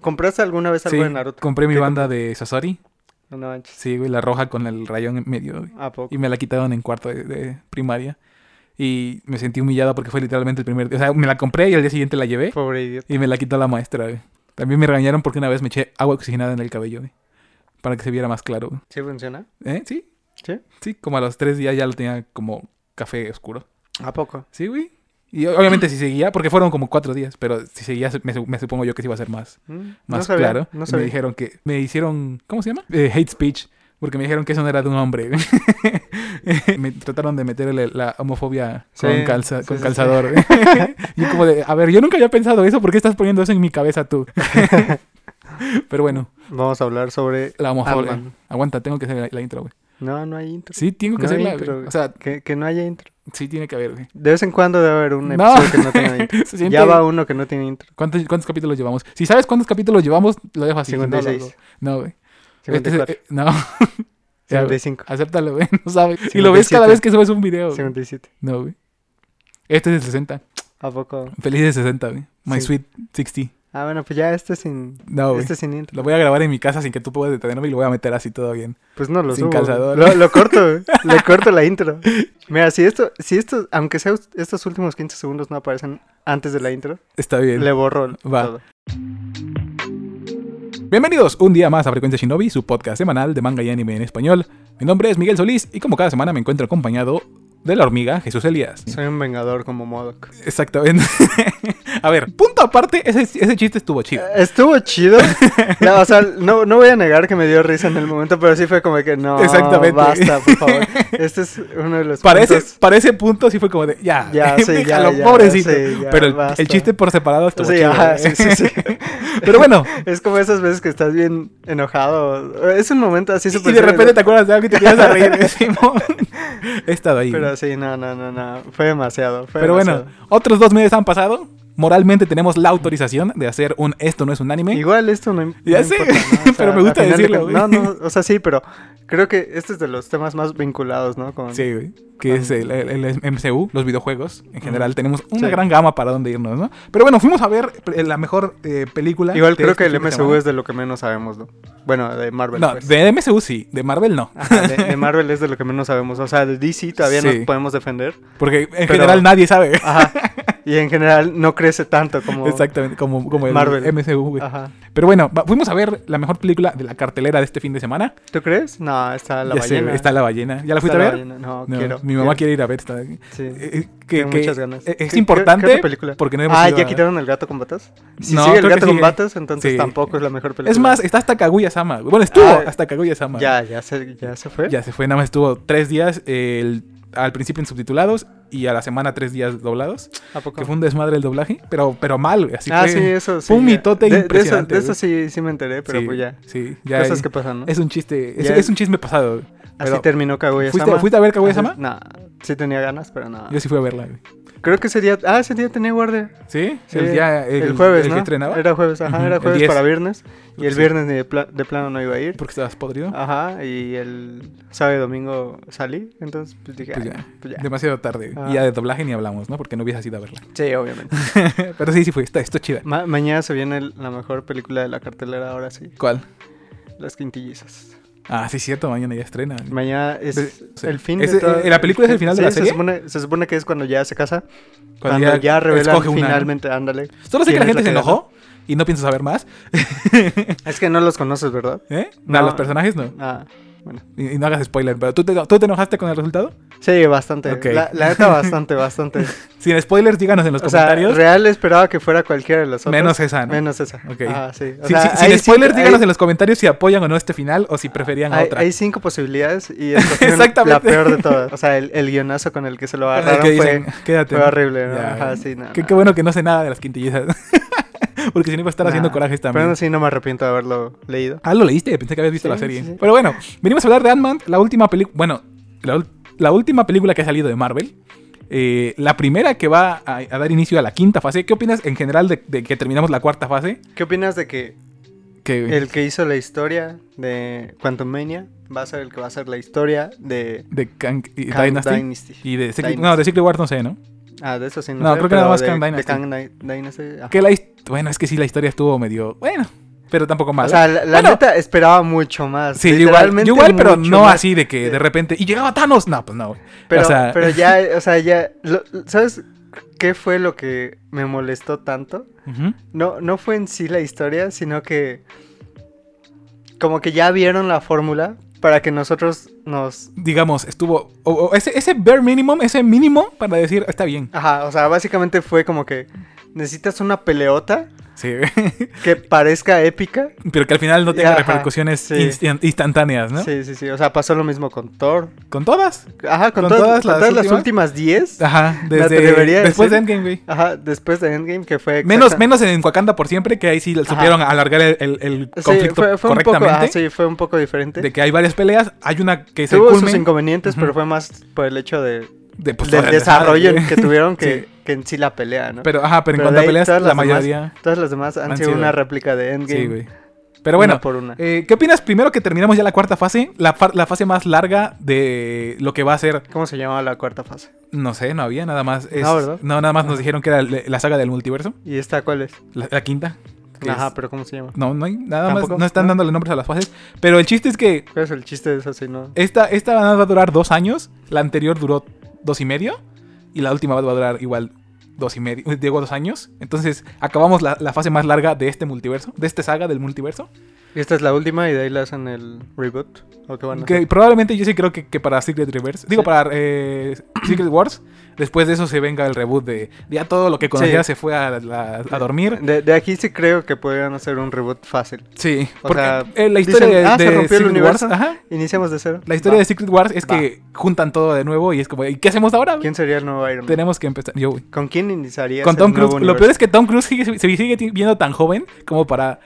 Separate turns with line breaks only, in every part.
¿Compraste alguna vez algo de Naruto?
compré mi
¿Qué
banda de Sasori.
comp- No manches.
Sí, güey, la roja con el rayón en medio, güey.
¿A poco?
Y me la quitaron en cuarto de, de primaria. Y me sentí humillada porque fue literalmente el primer día. O sea, me la compré y al día siguiente la llevé.
Pobre idiota.
Y me la quitó la maestra, güey. También me regañaron porque una vez me eché agua oxigenada en el cabello, güey. Para que se viera más claro, güey.
¿Sí funciona?
¿Eh? ¿Sí?
¿Sí?
Sí, como a los tres días ya lo tenía como café oscuro.
¿A poco?
Sí, güey. Y o- obviamente si seguía, porque fueron como cuatro días, pero si seguía me, su- me supongo yo que sí iba a ser más,
Mm,
más
no sabía,
claro.
No
Y
sabía.
Me dijeron que... Me hicieron... ¿Cómo se llama? Eh, hate speech. Porque me dijeron que eso no era de un hombre. güey. me trataron de meterle la homofobia con,
Sí,
calza,
sí,
con
sí,
calzador. güey. y como de, a ver, yo nunca había pensado eso, ¿por qué estás poniendo eso en mi cabeza tú? Pero bueno,
Vamos a hablar sobre...
la homofobia.
Ant-Man.
Aguanta, tengo que hacer la, la intro, güey.
No, no hay intro.
Sí, tengo que
No hay
hacerla.
intro,
güey.
güey.
O sea,
Que, que no haya intro.
sí tiene que haber, güey.
De vez en cuando debe haber un
No.
episodio que no tenga intro.
Se siente-
Ya va uno que no tiene intro.
¿Cuántos, cuántos capítulos llevamos? Si sabes cuántos capítulos llevamos, lo dejo así. si no, lo
56.
hago. No, güey. Este es-
54,
eh, no. Ya, güey.
55,
Acéptalo, güey. No sabes. Y lo ves
57.
cada vez que subes un video. güey.
57.
No, güey. Este es el 60.
¿A poco?
Feliz de 60, güey. My
Sí.
sweet 60.
Ah, bueno, pues ya este sin...
No, Oh, güey.
este sin intro.
Lo voy a grabar en mi casa sin que tú puedas detenerme y lo voy a meter así todo bien.
Pues no lo
Sin
subo.
calzador.
Lo, lo corto, güey. le corto la intro. Mira, si esto, si esto, aunque sea us- estos últimos 15 segundos no aparecen antes de la intro,
Está bien.
le borro el-
Va.
todo.
Bienvenidos un día más a Frecuencia Shinobi, su podcast semanal de manga y anime en español. Mi nombre es Miguel Solís y como cada semana me encuentro acompañado de la hormiga Jesús Elías.
Soy un vengador como Modoc.
Exactamente. a ver, punto aparte, ese, ese chiste estuvo chido.
Estuvo chido. No, o sea, no, no voy a negar que me dio risa en el momento, pero sí fue como que no.
Exactamente.
Basta, por favor. Este es uno de los
Para ese,
puntos.
para ese punto sí fue como de, ya,
Ya, sí, ya,
déjalo,
ya,
pobrecito.
sí, ya,
Pero el,
basta.
el chiste por separado estuvo
Sí,
chido.
ajá,
¿eh?
sí, sí, sí.
Pero bueno,
Es como esas veces que estás bien enojado. Es un momento así
y,
súper
de
serio.
repente te acuerdas de algo y te empiezas a reír. eh, Simón. He estado ahí.
Pero sí, no, no, no, no. Fue demasiado. Fue
Pero bueno,
demasiado.
otros dos meses han pasado. Moralmente tenemos la autorización de hacer un Esto no es un anime.
Igual esto no, im-
Ya
no
sé,
importa, ¿no?
pero me
al
gusta
final de
decirlo,
cuen-
güey.
No, no, o sea, sí, pero creo que este es de los temas más vinculados, ¿no? Con,
Sí, güey, Que es el, el- el MCU, los videojuegos. En general, tenemos una
Sí.
gran gama para dónde irnos, ¿no? Pero bueno, fuimos a ver eh, la mejor eh, película.
Igual
de
creo
este
que el
fin de
MCU
semana.
es de lo que menos sabemos, ¿no? Bueno, de Marvel.
No,
pues.
de MCU sí, de Marvel no.
Ajá, de, de Marvel es de lo que menos sabemos. O sea, de DC todavía
Sí.
nos podemos defender.
Porque en
Pero-
general nadie sabe
Ajá. y en general no crece tanto como.
exactamente como, como el
Marvel. Ah.
MCU, güey.
Ajá.
Pero bueno, va- fuimos a ver la mejor película de la cartelera de este fin de semana.
¿Tú crees? No, está la
ya sé,
ballena.
está La Ballena. ¿Ya la fuiste
Está
a
la
ver?
ballena. No,
No,
quiero.
mi mamá
quiero.
quiere ir a ver esta. eh,
Sí.
eh, que-
Tengo
que-
muchas ganas.
eh,
¿Qué-
Es
qué-
importante
qué otra película?
porque no hemos
Ah,
ido
ya
a-
quitaron el gato con batas. Si
No,
sigue el
creo que
gato con
sigue.
batas, entonces
Sí.
tampoco es la mejor película.
Es más, está hasta Kaguya-sama. güey. Bueno, estuvo
Ah,
hasta Kaguya-sama.
ya, ¿eh? ya se, ya se fue.
Ya se fue, nada más estuvo tres días eh, el- al principio en subtitulados y a la semana tres días doblados.
¿A poco?
Que fue un desmadre el doblaje, pero, pero mal, güey. Así
ah,
fue-
sí, eso sí.
fue un
ya.
mitote
de, de eso-
impresionante,
De eso,
güey.
sí, sí me enteré, pero
sí,
pues ya.
Sí, ya.
Cosas
eh,
que pasan, ¿no?
Es un chiste, es,
Ya-
es un chisme pasado. güey.
Así
pero-
terminó Kaguya
¿Fuiste, fuiste a ver Kaguya-sama?
No, sí tenía ganas, pero no.
Yo sí fui a verla, güey.
Creo que ese día. Ah, ese día tenía guardia.
¿Sí?
Sí,
el, día, el,
El, jueves,
el
¿no?
que entrenaba.
Era jueves, ajá,
Ujú,
era
el
jueves
10.
para viernes.
Creo
Y
que
el
sí.
viernes de, pla- de plano no iba a ir.
Porque estabas podrido.
Ajá, y el sábado y domingo salí. Entonces, pues dije,
Pues
"Ay,
ya,
pues ya".
demasiado tarde.
Ah.
Y ya de doblaje ni hablamos, ¿no? Porque no hubieses ido a verla.
Sí, obviamente.
Pero sí, sí fue. Está, está chida.
Ma- mañana se viene el- la mejor película de la cartelera, ahora sí.
¿Cuál?
Las quintillizas.
Ah, sí, cierto. Mañana ya estrena.
Mañana es
Pues, sí.
el fin
¿Es- eh, la película es el final de la
Sí,
serie?
Se supone, se supone que es cuando ya se casa.
Cuando
Cuando, ya, revelan
escoge una, ¿no?
finalmente, ándale.
Solo sé que
quién
la
es la
gente se
que
enojó y no pienso saber más.
Es que no los conoces, ¿verdad?
¿Eh? No,
No.
los personajes no.
Ah, bueno.
Y, y no hagas spoiler, pero ¿tú te, ¿tú te enojaste con el resultado?
Sí, bastante.
Ok.
La, la neta, bastante, bastante.
Sin spoilers, díganos en los
o sea,
comentarios.
real esperaba que fuera cualquiera de los otros.
Menos esa, ¿no?
Menos esa.
Ok.
Ah, sí. O
Sin-
sea,
sin- sin
hay
spoilers,
cinco-
díganos
hay-
en los comentarios si apoyan o no este final o si preferían a
Hay,
otra.
hay cinco posibilidades y escogieron
Exactamente.
la peor de todas. O sea, el, el guionazo con el que se lo
En el
agarraron
que
fue...
dicen, quédate.
Fue horrible, ¿no?
Ya,
Ajá, sí, no,
qué,
no.
qué bueno que no sé nada de las quintillizas. Porque si no iba a estar haciendo
Nah,
corajes también.
Pero sí, no me arrepiento de haberlo leído.
Ah, lo leíste, pensé que habías visto
Sí,
la serie.
sí, sí.
Pero bueno, venimos a hablar de Ant-Man, la última película. Bueno, la, ul- la última película que ha salido de Marvel. Eh, la primera que va a, a dar inicio a la quinta fase. ¿Qué opinas en general de, de que terminamos la cuarta fase?
¿Qué opinas de que
Que,
el que hizo la historia de Quantum Mania va a ser el que va a hacer la historia de
de Kang y
Kang
Dynasty.
Dynasty?
Y de Secret,
Dynasty.
no, de Secret War no sé, ¿no?
Ah, de eso sí no,
No,
sé,
creo que nada
pero
más
de-
Kang
de
Dynasty.
Kang Dy- Dynasty, ajá.
Que la his- bueno, es que sí, la historia estuvo medio. Bueno, pero tampoco mala.
O sea, la, la
Bueno,
neta esperaba mucho más.
Sí, yo igual,
literalmente
yo igual, pero
mucho
no
más.
así de que de repente. Y llegaba Thanos. No, pues no, güey.
Pero,
o sea,
pero ya, o sea, ya. lo- ¿Sabes qué fue lo que me molestó tanto?
ujú.
No, no fue en sí la historia, sino que. Como que ya vieron la fórmula para que nosotros nos.
digamos, estuvo. o- o ese, ese bare minimum, ese mínimo para decir, está bien.
Ajá, o sea, básicamente fue como que. Necesitas una peleota
Sí.
que parezca épica.
pero que al final no tenga
Ajá,
repercusiones
sí.
instan- instantáneas, ¿no?
Sí, sí, sí. O sea, pasó lo mismo con Thor.
Con todas.
Ajá, con,
¿Con
todas,
todas
con
las
todas las
últimas?
últimas
Ah.
10.
Ajá.
te
Desde,
debería
después
decir.
de Endgame, güey.
Ajá, después de Endgame, que fue.
Menos,
exacta-
menos en Wakanda por siempre, que ahí sí supieron alargar el, el- el
Sí,
conflicto
fue, fue un poco,
correctamente.
ajá, sí, fue un poco diferente.
De que hay varias peleas. Hay una que es el
Tuvo sus
culmen.
inconvenientes,
Ujú.
pero fue más por el hecho de,
De, pues,
del
todo el
desarrollo
desmadre,
que
güey.
tuvieron que,
Sí.
que en sí la pelea, ¿no?
Pero, ajá, pero
Pero
en
de
cuanto a
ahí
peleas,
todas
la
las demás-
mayoría.
Todas las demás han,
han
sido
sido-
una réplica de Endgame.
Sí, güey. Pero bueno,
Una por una.
eh, ¿qué opinas primero que terminamos ya la cuarta fase? La, fa- la fase más larga de lo que va a ser,
¿Cómo se llamaba la cuarta fase?
no sé, no había nada más. es-
No, ¿verdad?
no, nada más nos dijeron que era le- la saga del multiverso,
¿Y esta cuál es?
la, la quinta. que
Ajá,
es-
pero ¿cómo se llama?
no, no hay nada
Tampoco,
más. No están
¿no?
dándole nombres a las fases. Pero el chiste es que
¿Cuál es el chiste de eso? Si no?
esta, esta nada más va a durar dos años, la anterior duró dos y medio y la última va a durar igual dos y medio, digo dos años. Entonces acabamos la, la fase más larga de este multiverso, de esta saga del multiverso.
Y esta es la última y de ahí le hacen el reboot. ¿O qué van a
Que
hacer?
probablemente yo sí creo que, que para Secret Reverse, digo
Sí.
para eh, Secret Wars, después de eso se venga el reboot de ya todo lo que conocía se fue a, la- a dormir.
De, de aquí sí creo que podrían hacer un reboot fácil.
Sí,
O
porque
sea,
eh, la historia
dicen,
de,
"Ah, se
de
rompió el
Secret
universo".
Wars, ajá,
Iniciamos de cero.
la historia
Va.
de Secret Wars es que juntan todo de nuevo y es como, ¿y qué hacemos ahora? güey?
¿Quién sería el nuevo Iron Man?
Tenemos que empezar. Yo, güey.
¿Con quién iniciaría?
Con Tom Cruise. Lo peor es que Tom Cruise sigue- se sigue ti- viendo tan joven como para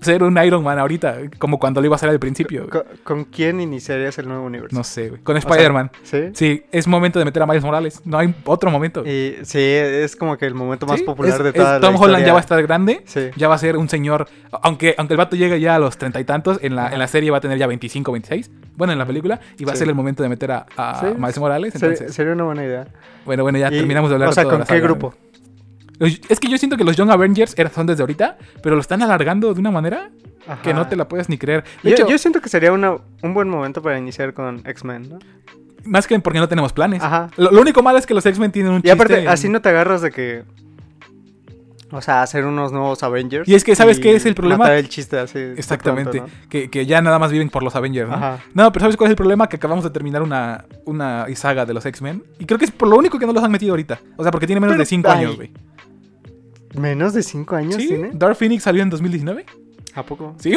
ser un Iron Man ahorita, como cuando lo iba a ser al principio. güey.
¿Con, con quién iniciarías el nuevo universo?
No sé, güey. Con
sea,
Spider-Man.
¿Sí?
Sí, es momento de meter a Miles Morales. No hay otro momento.
Y, sí, es como que el momento más
Sí,
popular
es-
de
es-
toda la
Tom Holland
historia.
ya va a estar grande.
Sí.
Ya va a ser un señor. Aunque, aunque el vato llegue ya a los treinta y tantos, en la, en la serie va a tener ya 25, 26. Bueno, en la película. Y va
Sí.
a ser el momento de meter a, a
Sí.
Miles Morales.
Ser-
Entonces,
sería una buena idea.
bueno, bueno, ya
Y,
terminamos de hablar
O
de
sea,
toda
¿con
la
qué
saga,
grupo?
güey. Los- Es que yo siento que los Young Avengers eran- son desde ahorita, pero lo están alargando de una manera que no
Ajá.
te la puedes ni creer. De
Ah. Yo,
hecho,
yo siento que sería una, un buen momento para iniciar con X-Men, ¿no?
más que porque no tenemos planes.
Ajá.
Lo, lo único malo es que los X-Men tienen un
Y aparte,
chiste en-
así no te agarras de que... O sea, hacer unos nuevos Avengers.
Y es que, ¿sabes
y
qué es el problema?
matar el chiste así. de
Exactamente.
pronto,
que, que ya nada más viven por los Avengers, ¿no?
Ajá.
No, pero ¿sabes cuál es el problema? Que acabamos de terminar una, una saga de los X-Men. Y creo que es por lo único que no los han metido ahorita. O sea, porque tiene menos
Pero-
de 5
ay,
años, güey.
¿no? ¿Menos de 5 años
¿Sí?
tiene?
¿Dark Phoenix salió en 2019?
¿A poco?
¿Sí?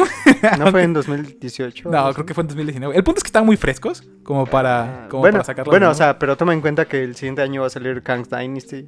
¿No fue en 2018? o algo
No,
así?
creo que fue en 2019. El punto es que están muy frescos como para,
Ah,
como
bueno,
para sacarlos.
bueno,
¿no?
o sea, pero toma en cuenta que el siguiente año va a salir Kang's Dynasty.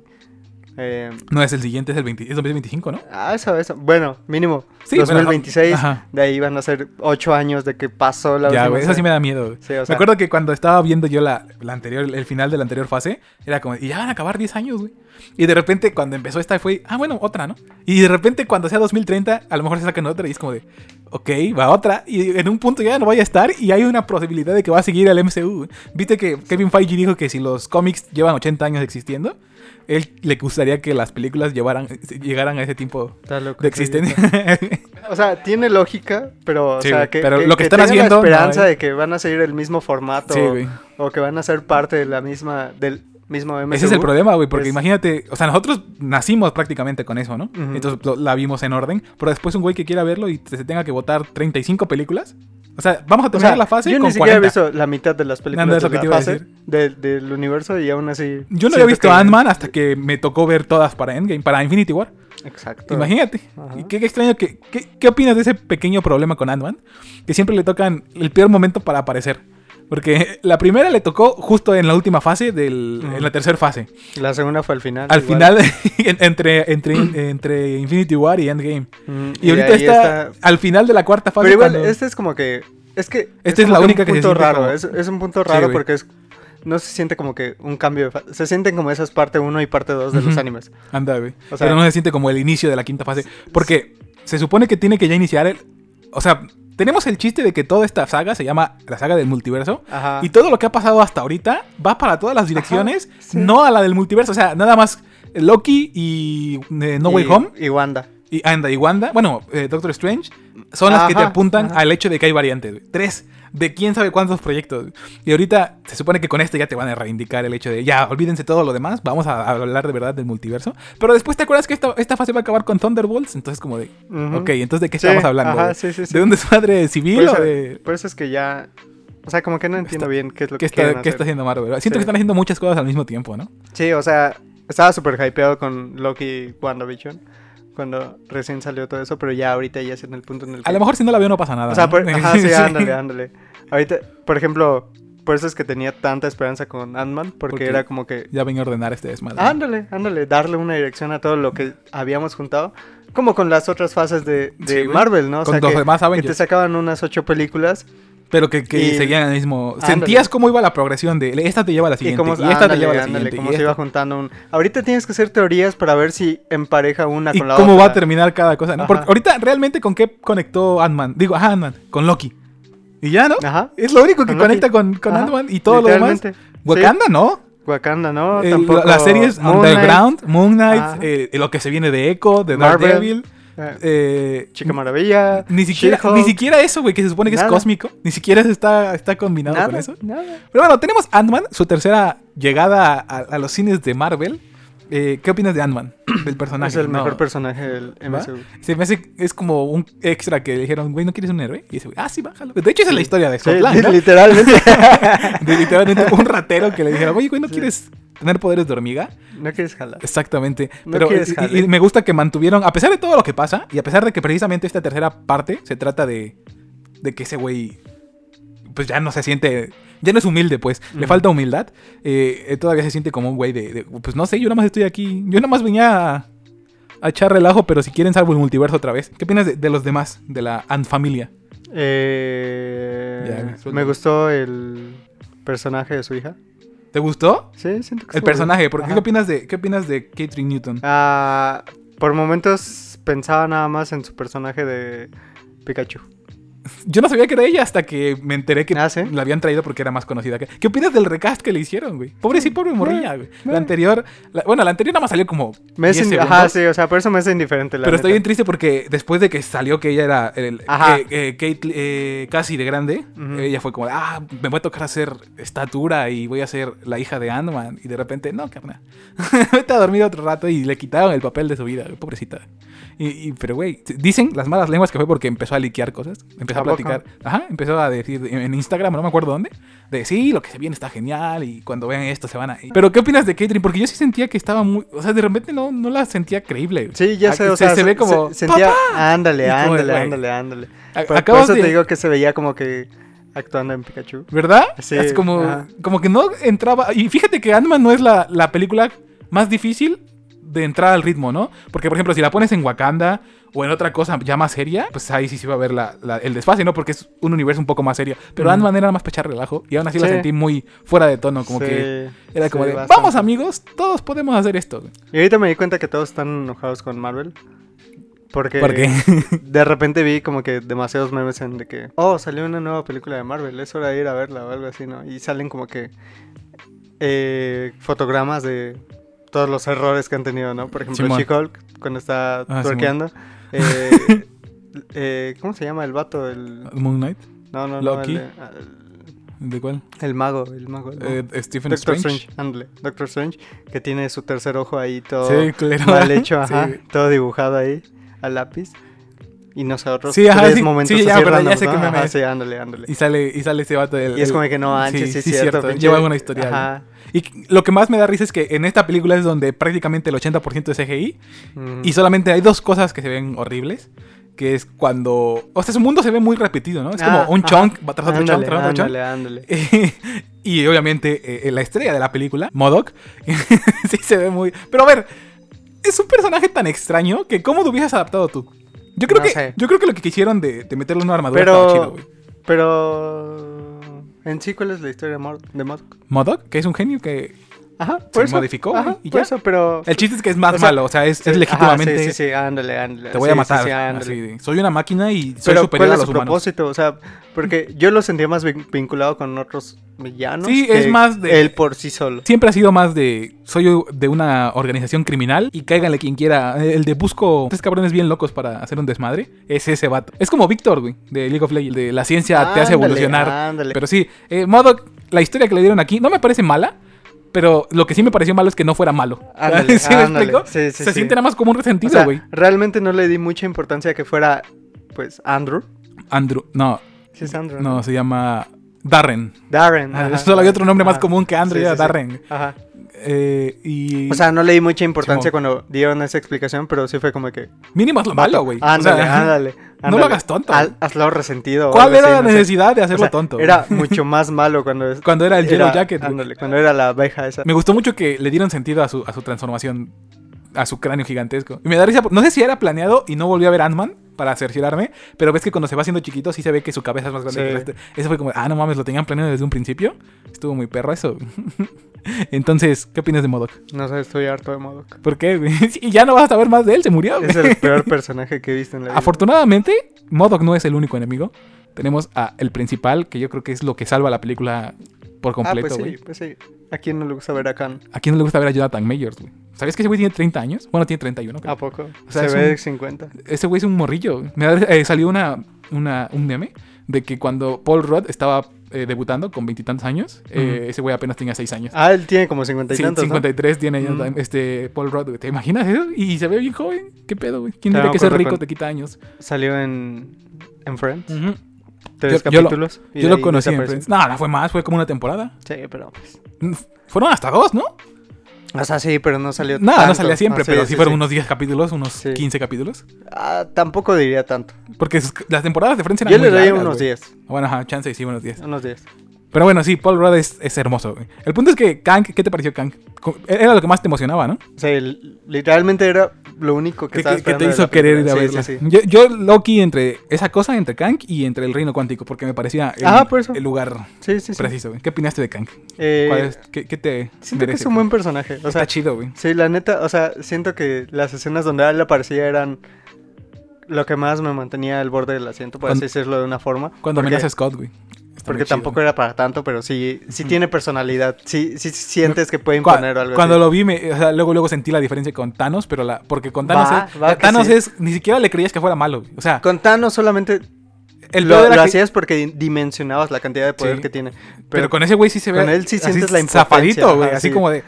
Eh,
No es el siguiente, es el 20 es 2025, ¿no?
ah, eso, eso. Bueno, mínimo.
Sí, pero-
2026.
ajá.
De ahí van a ser 8 años de que pasó la
Ya,
última
güey, eso
serie.
sí me da miedo. güey.
Sí, o
me
sea.
acuerdo que cuando estaba viendo yo la, la anterior, el final de la anterior fase, era como, y ya van a acabar 10 años, güey. Y de repente cuando empezó esta fue, ah, bueno, otra, ¿no? Y de repente cuando sea 2030, a lo mejor se sacan otra y es como de, ok, va otra. Y en un punto ya no vaya a estar y hay una posibilidad de que va a seguir el MCU. güey. Viste que Kevin Feige dijo que si los cómics llevan 80 años existiendo, él le gustaría que las películas llevaran, llegaran a ese tipo
Está loco
de
ese
existencia.
viejo. O sea, tiene lógica, pero, o
Sí,
sea,
güey,
que,
pero
que-
lo que están
tenga
haciendo,
la esperanza
no, eh.
de que van a seguir el mismo formato
sí, güey.
o que van a ser parte de la misma del mismo MCU.
Ese es el problema, güey, porque
Es-
imagínate, o sea, nosotros nacimos prácticamente con eso, ¿no?
Ujú.
Entonces lo- la vimos en orden, pero después un güey que quiera verlo y se se tenga que votar 35 películas. O sea, vamos a
O
terminar
sea,
la fase
yo
con
ni siquiera
40.
he visto la mitad de las películas
Anda, es
de
lo que
la
te iba a
fase
decir.
del- del universo y aún así...
Yo no
siento
había visto
que-
Ant-Man hasta que me tocó ver todas para Endgame, para Infinity War.
Exacto.
Imagínate.
Ajá.
Y Qué, qué extraño. que- qué, ¿Qué opinas de ese pequeño problema con Ant-Man? Que siempre le tocan el peor momento para aparecer. Porque la primera le tocó justo en la última fase, del,
Ujú.
en la tercera fase.
La segunda fue al final.
Al
igual.
final, en- entre, entre, entre Infinity War y Endgame.
Mm,
Y ahorita
ahí
está, al final de la cuarta fase.
Pero igual,
cuando-
este es como que. Es que.
Esta es
como
la
un
única que se
punto
siente
raro.
como-
Es, es un punto
Sí,
raro
güey.
porque es. No se siente como que un cambio de fa- Se sienten como esas parte 1 y parte 2 de los
Ujú.
animes.
Anda, güey.
O sea-
Pero no se siente como el inicio de la quinta fase. Porque se supone que tiene que ya iniciar el. O sea, tenemos el chiste de que toda esta saga se llama la saga del multiverso.
Ajá.
Y todo lo que ha pasado hasta ahorita va para todas las direcciones,
sí.
no a la del multiverso. O sea, nada más Loki y eh, No Way
Y-
Home
Y Wanda.
y y anda, y Wanda, bueno, eh, Doctor Strange, son las que te
Ajá,
apuntan
ajá.
al hecho de que hay variantes. güey. Tres, de quién sabe cuántos proyectos. güey. Y ahorita se supone que con esto ya te van a reivindicar el hecho de, ya, olvídense todo lo demás, vamos a hablar de verdad del multiverso. Pero después te acuerdas que esta, esta fase va a acabar con Thunderbolts, entonces como de,
Ujú.
ok, entonces de qué
Sí,
estamos hablando.
ajá,
güey?
sí, sí, sí.
¿De un desmadre
Por
civil
eso,
o de...?
por eso es que ya. O sea, como que no entiendo
Está-
bien qué es lo
¿Qué
que
está,
quieren
qué
hacer.
está haciendo Marvel? ¿verdad?
Sí.
Siento que están haciendo muchas cosas al mismo tiempo, ¿no?
Sí, o sea, estaba súper hypeado con Loki y WandaVision cuando recién salió todo eso, pero ya ahorita ya es en el punto en el que...
A lo mejor si no la veo no pasa nada.
O sea,
¿no?
por- ajá, sí,
Sí.
ándale, ándale. Ahorita, por ejemplo, por eso es que tenía tanta esperanza con Ant-Man, porque
Porque-
era como que...
Ya venía a ordenar este desmadre.
Ándale, ándale, darle una dirección a todo lo que habíamos juntado, como con las otras fases de, de
Sí, güey.
Marvel, ¿no? O
Con
sea,
los
que,
demás
que te
Avengers.
sacaban unas ocho películas
Pero que, que
Y-
seguían el mismo.
Ándale.
Sentías cómo iba la progresión de esta te lleva a la
y
siguiente. Y,
como
esta te lleva a la
ándale,
siguiente.
cómo
y,
se iba
esta.
juntando un... Ahorita tienes que hacer teorías para ver si empareja una
Y
con la
cómo
otra.
va a terminar cada cosa. ¿no?
Ajá.
Porque ahorita, realmente, ¿con qué conectó Ant-Man? Digo, ajá, Ant-Man, con Loki. Y ya, ¿no?
Ajá.
Es lo único que
Con Loki.
conecta con, con
Ajá,
Ant-Man y todo lo demás.
literalmente.
Wakanda, ¿no?
Sí, Wakanda, ¿no?
El-
Tampoco.
las series
Moon Knight,
Underground, Moon Knight,
Ajá.
eh, lo que se viene de Echo, de
Marvel.
Daredevil.
eh,
eh,
Chica Maravilla.
Ni siquiera,
She-Hulk,
ni siquiera eso, güey, que se supone que es
Nada.
cósmico. Ni siquiera se está, está combinado
Nada,
con eso.
nada.
Pero bueno, tenemos Ant-Man, su tercera llegada a, a los cines de Marvel. Eh, ¿Qué opinas de Ant-Man? Del personaje.
Es el
No,
mejor personaje del MCU.
Se me hace, es como un extra que le dijeron, güey, ¿no quieres un héroe? Y dice, ah, sí, bájalo. De hecho, esa es la historia de
Sí,
Scott Lang,
li-
¿no?
literalmente.
De literalmente un ratero que le dijeron, oye, güey, ¿no quieres tener poderes de hormiga?
no quieres jalar.
Exactamente.
No
Pero eh,
quieres
y-
jale.
y, me gusta que mantuvieron, a pesar de todo lo que pasa, y a pesar de que precisamente esta tercera parte se trata de, de que ese güey, pues ya no se siente, ya no es humilde, pues, le
Ujú.
falta humildad, eh, eh, todavía se siente como un güey de, de, pues no sé, yo nada más estoy aquí, yo nada más venía a, a echar relajo, pero si quieren salvo el multiverso otra vez. ¿Qué opinas de, de los demás, de la Ant Familia?
Eh,
Ya, suelta.
me gustó el personaje de su hija.
¿Te gustó?
Sí, siento que
El
estuvo bien.
personaje, porque ¿qué
Ajá.
opinas de, qué opinas de Catherine Newton?
Ah, por momentos pensaba nada más en su personaje de Pikachu.
Yo no sabía que era ella hasta que me enteré que
Ah, ¿sí?
la habían traído porque era más conocida que. ¿Qué opinas del recast que le hicieron, güey? Pobre sí, pobre morrilla, güey. La
eh.
anterior, la- bueno, la anterior nada más salió como
Me es
10
in-
segundos,
Ajá, sí, o sea, por eso me es indiferente la
pero estoy bien
neta.
triste porque después de que salió que ella era el,
Ajá.
que- que Kate eh, casi de grande,
Ujú.
ella fue como, ah, me voy a tocar hacer estatura y voy a ser la hija de Ant-Man. Y de repente, no, carnal. Vete a dormir otro rato y le quitaron el papel de su vida, güey, pobrecita. Y, y- pero, güey, dicen las malas lenguas que fue porque empezó a liquear cosas, empezó
¿A
a,
poco?
platicar. Ajá, empezó a decir en en Instagram, no me acuerdo dónde, de sí, lo que se viene está genial y cuando vean esto se van a ir. Pero, ¿qué opinas de Catherine? Porque yo sí sentía que estaba muy. O sea, de repente no, no la sentía creíble. güey.
Sí, ya sé,
Ah,
o
se-
sea,
se, ve como.
se- sentía,
"Papá". Y
ándale,
como de,
ándale,
güey.
ándale, ándale.
A-
Por, por
acabas
eso
de-
te digo que se veía como que actuando en Pikachu.
¿Verdad?
Sí,
es como,
ajá.
como que no entraba. Y fíjate que Ant-Man no es la, la película más difícil de entrar al ritmo, ¿no? Porque, por ejemplo, si la pones en Wakanda o en otra cosa ya más seria, pues ahí sí se iba a ver la- la- el desfase, ¿no? Porque es un universo un poco más serio. Pero
Ujú.
Ant-Man era nada más para echar relajo y aún así la
Sí.
sentí muy fuera de tono, como
Sí,
que era como
sí,
de,
bastante.
vamos amigos, todos podemos hacer esto.
Y ahorita me di cuenta que todos están enojados con Marvel. Porque
Porque
de repente vi como que demasiados memes en de que, oh, salió una nueva película de Marvel, es hora de ir a verla o algo así, ¿no? Y salen como que eh, fotogramas de todos los errores que han tenido, ¿no? Por ejemplo,
Simón.
She-Hulk, cuando está
Ah,
twerkeando, eh, eh, ¿Cómo se llama el vato? El...
Moon Knight,
No, no, no.
Loki.
El, el-
¿de cuál?
el mago, el mago. el mago.
Eh, Stephen
Doctor
Strange.
Strange, ándale, Doctor Strange, que tiene su tercer ojo ahí todo
Sí, culero.
Oh, mal hecho, ajá,
Sí.
todo dibujado ahí a lápiz. Y nosotros
Sí, ajá,
tres
sí,
momentos
sí, ya,
así
pero ya
random,
sé
¿no?
qué meme
Ajá,
es.
sí, ándale, ándale.
Y sale, y sale ese vato del.
Y es
el-
como que no, antes sí, sí, es cierto. pinche-
Lleva alguna historia.
Ajá.
Y lo que más me da risa es que en esta película es donde prácticamente el 80% es CGI
Ujú.
y solamente hay dos cosas que se ven horribles, que es cuando, o sea, su mundo se ve muy repetido, ¿no? Es
Ah,
como un
ajá.
chunk va tras otro chunk,
Ándale,
tras otro chunk.
ándale,
Eh,
ándale.
y obviamente eh, la estrella de la película, Modoc, sí se ve muy, pero a ver, es un personaje tan extraño que cómo lo hubieras adaptado tú. Yo creo
No
que
sé.
yo creo que lo que quisieron de, de meterle una armadura
Pero-
estaba chido, güey.
Pero en sí cuál es la historia de Mor- de Modoc?
Modoc, que es un genio que
Ajá,
Se
por eso.
modificó,
ajá,
güey, y
por
ya.
eso, pero...
El chiste es que es más
O sea,
malo, o sea, es, es
Sí,
legítimamente.
ajá, sí, sí, sí, ándale, ándale.
Te voy a
sí, sí,
matar.
sí, ándale.
así de, soy una máquina y soy
Pero
superior
¿cuál
a
es
los
su
humanos.
propósito? O sea, porque yo lo sentía más vin- vinculado con otros villanos.
Sí,
que
es más de-
Él por sí solo.
Siempre ha sido más de. Soy de una organización criminal y cáiganle quien quiera. El de busco tres cabrones bien locos para hacer un desmadre. Es ese vato. Es como Víctor, güey, de League of Legends. De la ciencia te hace
Ándale,
evolucionar.
ándale.
Pero sí, eh, Modoc, la historia que le dieron aquí no me parece mala. Pero lo que sí me pareció malo es que no fuera malo.
Ándale,
¿Sí me
ándale.
explico?
Sí, sí,
Se
sí.
siente nada más como un
O
resentido,
sea,
güey.
realmente no le di mucha importancia a que fuera, pues, Andrew.
Andrew. No,
Sí, es Andrew.
no, se llama Darren.
Darren.
Ah,
ajá,
Solo había otro nombre más
ajá.
común que Andrew,
Sí,
era
sí, sí.
Darren.
Ajá.
Eh, y
O sea, no le di mucha importancia
Simón.
cuando dieron esa explicación, pero sí fue como que.
mínimo es lo malo, güey. O
Ándale,
sea,
ándale,
no lo
ándale.
hagas tonto.
Haz- hazlo resentido. o
¿Cuál
algo
era
así,
la
no sé.
necesidad de hacerlo
O sea,
tonto? güey?
Era mucho más malo cuando. es-
Cuando era el Yellow
era-
Jacket, güey.
ándale, cuando era la abeja esa.
Me gustó mucho que le dieron sentido a su, a su transformación, a su cráneo gigantesco. Y me da risa, por- no sé si era planeado y no volví a ver Ant-Man para cerciorarme, pero ves que cuando se va haciendo chiquito sí se ve que su cabeza es más grande
Sí.
que el resto. Eso fue como, ah, no mames, lo tenían planeado desde un principio. Estuvo muy perro eso. Entonces, ¿qué opinas de Modoc?
No sé, estoy harto de modo.
¿Por qué? güey? Y ya no vas a saber más de él, se murió. güey.
Es el peor personaje que he visto en la vida.
Afortunadamente, Modoc no es el único enemigo. Tenemos a el principal, que yo creo que es lo que salva la película por completo,
ah, pues
güey.
sí, pues sí. ¿A quién no le gusta ver a Khan?
¿A quién no le gusta ver a Jonathan Mayors, güey? ¿Sabías que ese güey tiene 30 años? Bueno, tiene 31, creo.
¿A poco?
O sea, es
Se ve
un-
de 50.
Ese güey es un morrillo. güey. Me da- eh, salió una, una, un meme de que cuando Paul Rudd estaba eh, debutando con veintitantos años, eh,
Ujú.
ese güey apenas tenía 6 años.
Ah, él tiene como 50 y
Sí,
tantos, ¿no?
53 tiene
Mm.
Jonathan- este Paul Rudd, güey. ¿Te imaginas eso? Y se ve bien joven. ¿Qué pedo, güey? ¿Quién
Ya
diría
me
que ser
acuerdo
rico
cuando-
te quita años?
Salió en, en Friends.
Ujú.
Tres
Mm. Yo- yo lo-
capítulos. y
Yo
de
lo
ahí
conocí en
desapareció.
Friends. No, no fue más, fue como una temporada.
Sí, pero pues...
Fueron hasta dos, ¿no?
O sea, sí, pero no salió
Nada, no
tanto.
salía siempre,
Ah,
pero sí, fueron
sí.
unos 10 capítulos, unos
Sí.
15 capítulos.
Ah, tampoco diría tanto.
Porque sus- las temporadas de Friends eran
Yo
muy
le doy
largas,
unos
güey.
10.
Bueno, ajá, chance y sí, unos 10.
Unos 10.
Pero bueno, sí, Paul Rudd es, es hermoso, güey. El punto es que Kang, ¿qué te pareció Kang? Co- e-, Era lo que más te emocionaba, ¿no?
O sea, el- literalmente era lo único que
Que,
estaba
que- que
esperando
te
de la
hizo querer ir
película.
a
Sí,
verla.
sí, sí.
Yo, yo, Loki, entre esa cosa, entre Kang y entre el reino cuántico, porque me parecía el,
Ajá, por eso.
el lugar
Sí, sí, sí.
preciso, güey. ¿Qué opinaste de Kang?
Eh,
¿Cuál es- qué, qué te
Siento que
merece,
es un
güey?
buen personaje. O sea,
Está chido, güey.
Sí, la neta, o sea, siento que las escenas donde él aparecía eran lo que más me mantenía al borde del asiento, por así
Cuando-
decirlo de una forma.
Cuando
porque,
amenaza a Scott, güey. Está muy
Porque
chido.
tampoco era para tanto, pero sí, sí
Ujú.
tiene personalidad. Sí, sí sientes que puede
Cua-
imponer o algo
cuando
así.
lo vi, me- o sea, luego, luego sentí la diferencia con Thanos, pero la, porque con Thanos,
Va,
es,
va que
Thanos
sí.
es, ni siquiera le creías que fuera malo. güey. O sea,
Con Thanos solamente
el
lo,
pedo era
lo
que-
hacías porque di- dimensionabas la cantidad de poder
Sí.
que tiene.
pero, con ese güey sí se ve.
con él sí
así
sientes la impotencia,
Zafadito, güey,
ajá,
así
sí.
como de.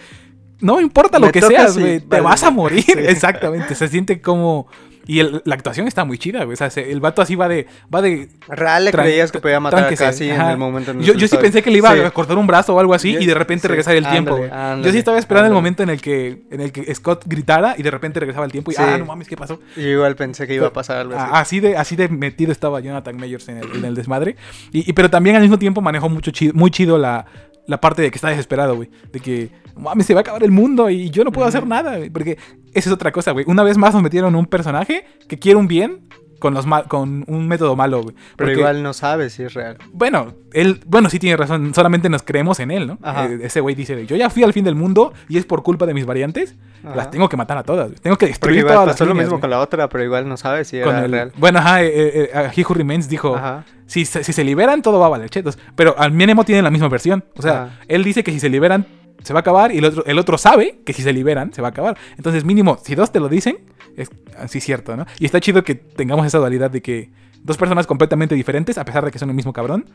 No me importa lo
Me
que
tocas
seas,
y
güey, te
vale,
vas a
madre".
morir.
Sí.
Exactamente, se siente como. Y el- la actuación está muy chida, güey. O sea, se- el vato así va de. Va de
Real le
Tran-
creías que podía matar
tránquese,
casi en
ajá.
el momento en el
Yo, yo sí
estaba-
pensé que le iba
Sí.
a cortar un brazo o algo así
Yo-
y de repente
sí,
regresar el
ándale,
tiempo. güey. yo
ándale,
sí estaba esperando el
ándale.
momento en el que en el que Scott gritara y de repente regresaba el tiempo y
Sí.
ah, no mames, ¿qué pasó?
Yo igual pensé que iba a pasar algo así.
Ah, Así de, así de metido estaba Jonathan Mayors en el, en el desmadre. Y, y- pero también al mismo tiempo manejó mucho chi- muy chido la, la parte de que está desesperado, güey. De que, mames, se va a acabar el mundo y yo no puedo hacer nada, güey. Porque esa es otra cosa, güey. Una vez más nos metieron un personaje que quiere un bien con, los ma- con un método malo, güey.
pero
Porque-
igual no sabes si es real.
Bueno, él, bueno, sí tiene razón, solamente nos creemos en él, ¿no?
Ajá.
Eh, ese güey dice, yo ya fui al fin del mundo y es por culpa de mis variantes, las
Ajá.
tengo que matar a todas, güey. tengo
Porque
que destruir
igual
todas
pasó
las
lo
líneas,
mismo
güey".
con la otra, pero igual no sabes si
Con
era
el-
real.
Bueno, ajá, eh, eh, eh, He Who Remains dijo,
Ajá.
si, se- si se liberan, todo va a valer chetos. Pero al mínimo tienen la misma versión. O sea,
Ajá.
él dice que si se liberan, se va a acabar. Y el otro, el otro sabe que si se liberan, se va a acabar. Entonces, mínimo, si dos te lo dicen, es así cierto, ¿no? Y está chido que tengamos esa dualidad de que dos personas completamente diferentes, a pesar de que son el mismo cabrón,